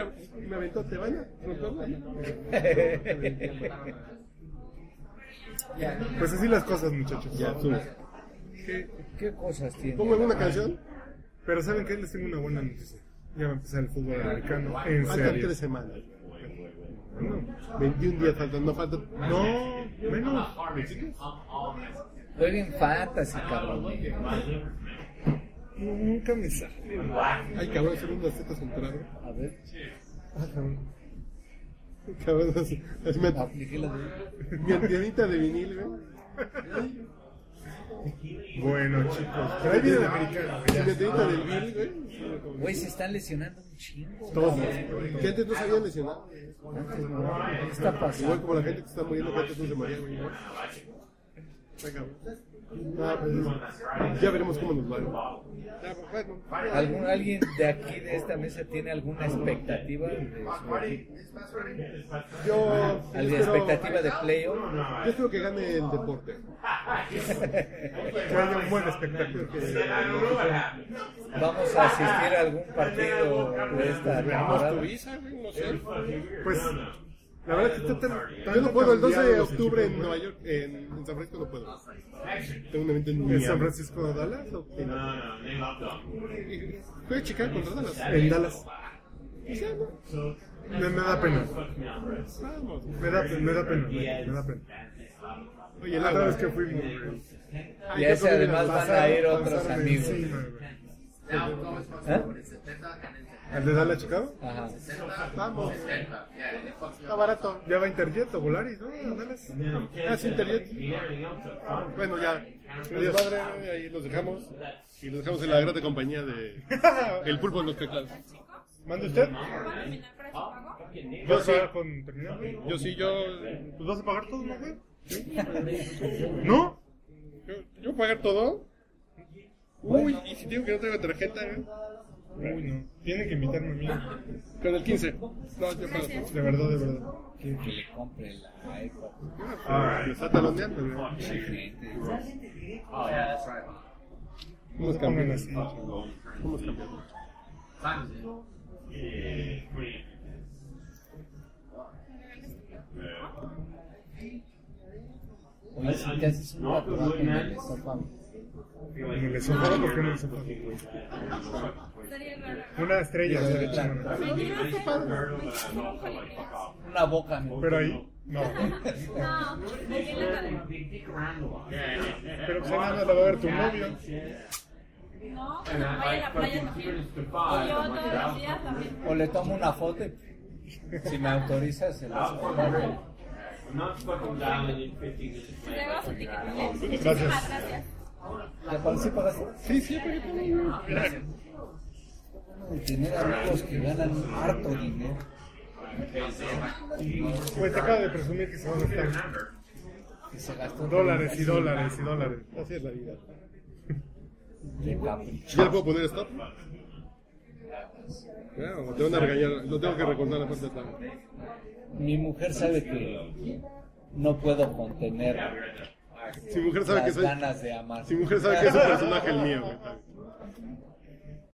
Speaker 2: me aventó, ¿te van a romperla?
Speaker 1: Pues así las cosas, muchachos.
Speaker 2: Ya, tú.
Speaker 3: ¿Qué cosas tiene?
Speaker 2: ¿Pongo alguna canción?
Speaker 1: Pero ¿saben qué? Les tengo una buena noticia. Ya va a empezar el fútbol americano. En
Speaker 2: Faltan
Speaker 1: serio.
Speaker 2: tres semanas.
Speaker 1: No,
Speaker 2: 21 días faltan, no faltan.
Speaker 1: No, menos.
Speaker 3: Jueguen fantasy, cabrón.
Speaker 1: Nunca me sale.
Speaker 2: Ay, cabrón, son unas tetas entradas.
Speaker 3: A ver,
Speaker 1: Ah, cabrón.
Speaker 2: Cabrón, así, así me
Speaker 3: apliqué la de...
Speaker 2: Mi antenita de vinil, güey.
Speaker 1: Bueno, chicos. Pero ahí viene el americano.
Speaker 2: Mi antenita de vinil, güey. Sí, como-
Speaker 3: Güey, se están lesionando un chingo.
Speaker 2: Todos. Que antes no se habían lesionado.
Speaker 3: Antes no, ¿qué está
Speaker 2: Igual
Speaker 3: pasando?
Speaker 2: como la gente que está muriendo que antes no se moría, güey. ¿no? Está cabrón. Ah, pues, ya veremos cómo nos va. Ya, pues, bueno.
Speaker 3: ¿Algún, ¿Alguien de aquí, de esta mesa, tiene alguna expectativa de su equipo?
Speaker 2: Yo
Speaker 3: ¿La
Speaker 2: espero,
Speaker 3: expectativa de playoff?
Speaker 2: yo espero que gane el deporte.
Speaker 1: Que haya un buen espectáculo.
Speaker 3: ¿Vamos a asistir a algún partido de esta
Speaker 2: Veamos tu
Speaker 3: temporada?
Speaker 2: visa, güey, no sé.
Speaker 1: Pues, la verdad es que está tan.
Speaker 2: Yo no puedo, el 12 de octubre en
Speaker 1: en
Speaker 2: Nueva York, en, en San Francisco no puedo. Tengo un evento en
Speaker 1: ¿En
Speaker 2: Miami.
Speaker 1: San Francisco de Dallas? o en-
Speaker 2: Voy a checar contra Dallas.
Speaker 1: En Dallas.
Speaker 2: O sea, no, Pues,
Speaker 1: Me, me da pena.
Speaker 2: vamos.
Speaker 1: Me da, me da pena. Me, me da pena.
Speaker 2: Oye,
Speaker 1: La
Speaker 2: la
Speaker 1: otra
Speaker 2: verdad
Speaker 1: vez
Speaker 2: es
Speaker 1: que
Speaker 2: que
Speaker 1: fui. me-
Speaker 3: Y a ese además van a ir otros
Speaker 1: pasaron
Speaker 3: amigos.
Speaker 1: encima, güey.
Speaker 3: ¿Eh?
Speaker 1: ¿Al de Dallas, Chicago?
Speaker 3: Ajá.
Speaker 2: vamos.
Speaker 5: Está
Speaker 2: Está barato.
Speaker 1: Ya va Interjet o Volaris, ¿no? A Dallas.
Speaker 2: Ah, sí, Internet. Bueno, ya. Adiós. Padre, ahí los dejamos. Y los dejamos en la grata compañía de El Pulpo en los Teclados.
Speaker 1: ¿Manda usted?
Speaker 4: ¿Van a minar para su pago?
Speaker 1: ¿Vas a pagar con terminal?
Speaker 2: Yo sí, yo.
Speaker 1: ¿Pues vas a pagar todo, no, güey? ¿No?
Speaker 2: Yo, yo pagar todo. Uy, y si digo que no traigo tarjeta, eh?
Speaker 1: Uy, no. Tiene que invitarme a mí.
Speaker 2: con el 15. No, yo pago todo.
Speaker 1: De verdad, de verdad.
Speaker 3: Que que le compre la iPad.
Speaker 2: Me está taloneando, güey.
Speaker 3: mucha gente.
Speaker 2: Unos
Speaker 1: Pongan
Speaker 2: campeones.
Speaker 1: así.
Speaker 2: Unos campeones.
Speaker 3: Oye, si te haces un tatuaje en el esófago.
Speaker 1: En el esófago, ¿por qué en el esófago?
Speaker 4: Estaría raro.
Speaker 1: Una estrella.
Speaker 3: Digo,
Speaker 1: estaría
Speaker 3: claro.
Speaker 1: chingona.
Speaker 4: Me quiero hacer- me quiero hacer un jolineas.
Speaker 3: Una boca, ¿no?
Speaker 1: Pero ahí, No.
Speaker 4: No, aquí en la cadena.
Speaker 1: Pero pues ahí nada más la va a ver tu novio.
Speaker 4: No, cuando vaya a la playa también. Y yo todos los días también.
Speaker 3: O le tomo una foto. Si me autorizas, se la tomo.
Speaker 4: Te hago su ticket también.
Speaker 1: Gracias.
Speaker 4: Muchísimas gracias.
Speaker 3: ¿Te parece para Sí, sí, pero Gracias. Y tener amigos que ganan harto dinero.
Speaker 1: Pues te acaba de presumir que se van a gastar
Speaker 3: Que se gastó
Speaker 1: dólares y dólares y dólares.
Speaker 2: Así es la vida.
Speaker 3: De capricho.
Speaker 2: ¿Ya le puedo poner stop? Claro, te van a regañar. Lo tengo que recordar la parte de la-
Speaker 3: Mi mujer sabe que no puedo contener
Speaker 2: Si mujer sabe que
Speaker 3: las
Speaker 2: soy.
Speaker 3: ganas de amar.
Speaker 2: Si mujer sabe que es un personaje el mío, güey.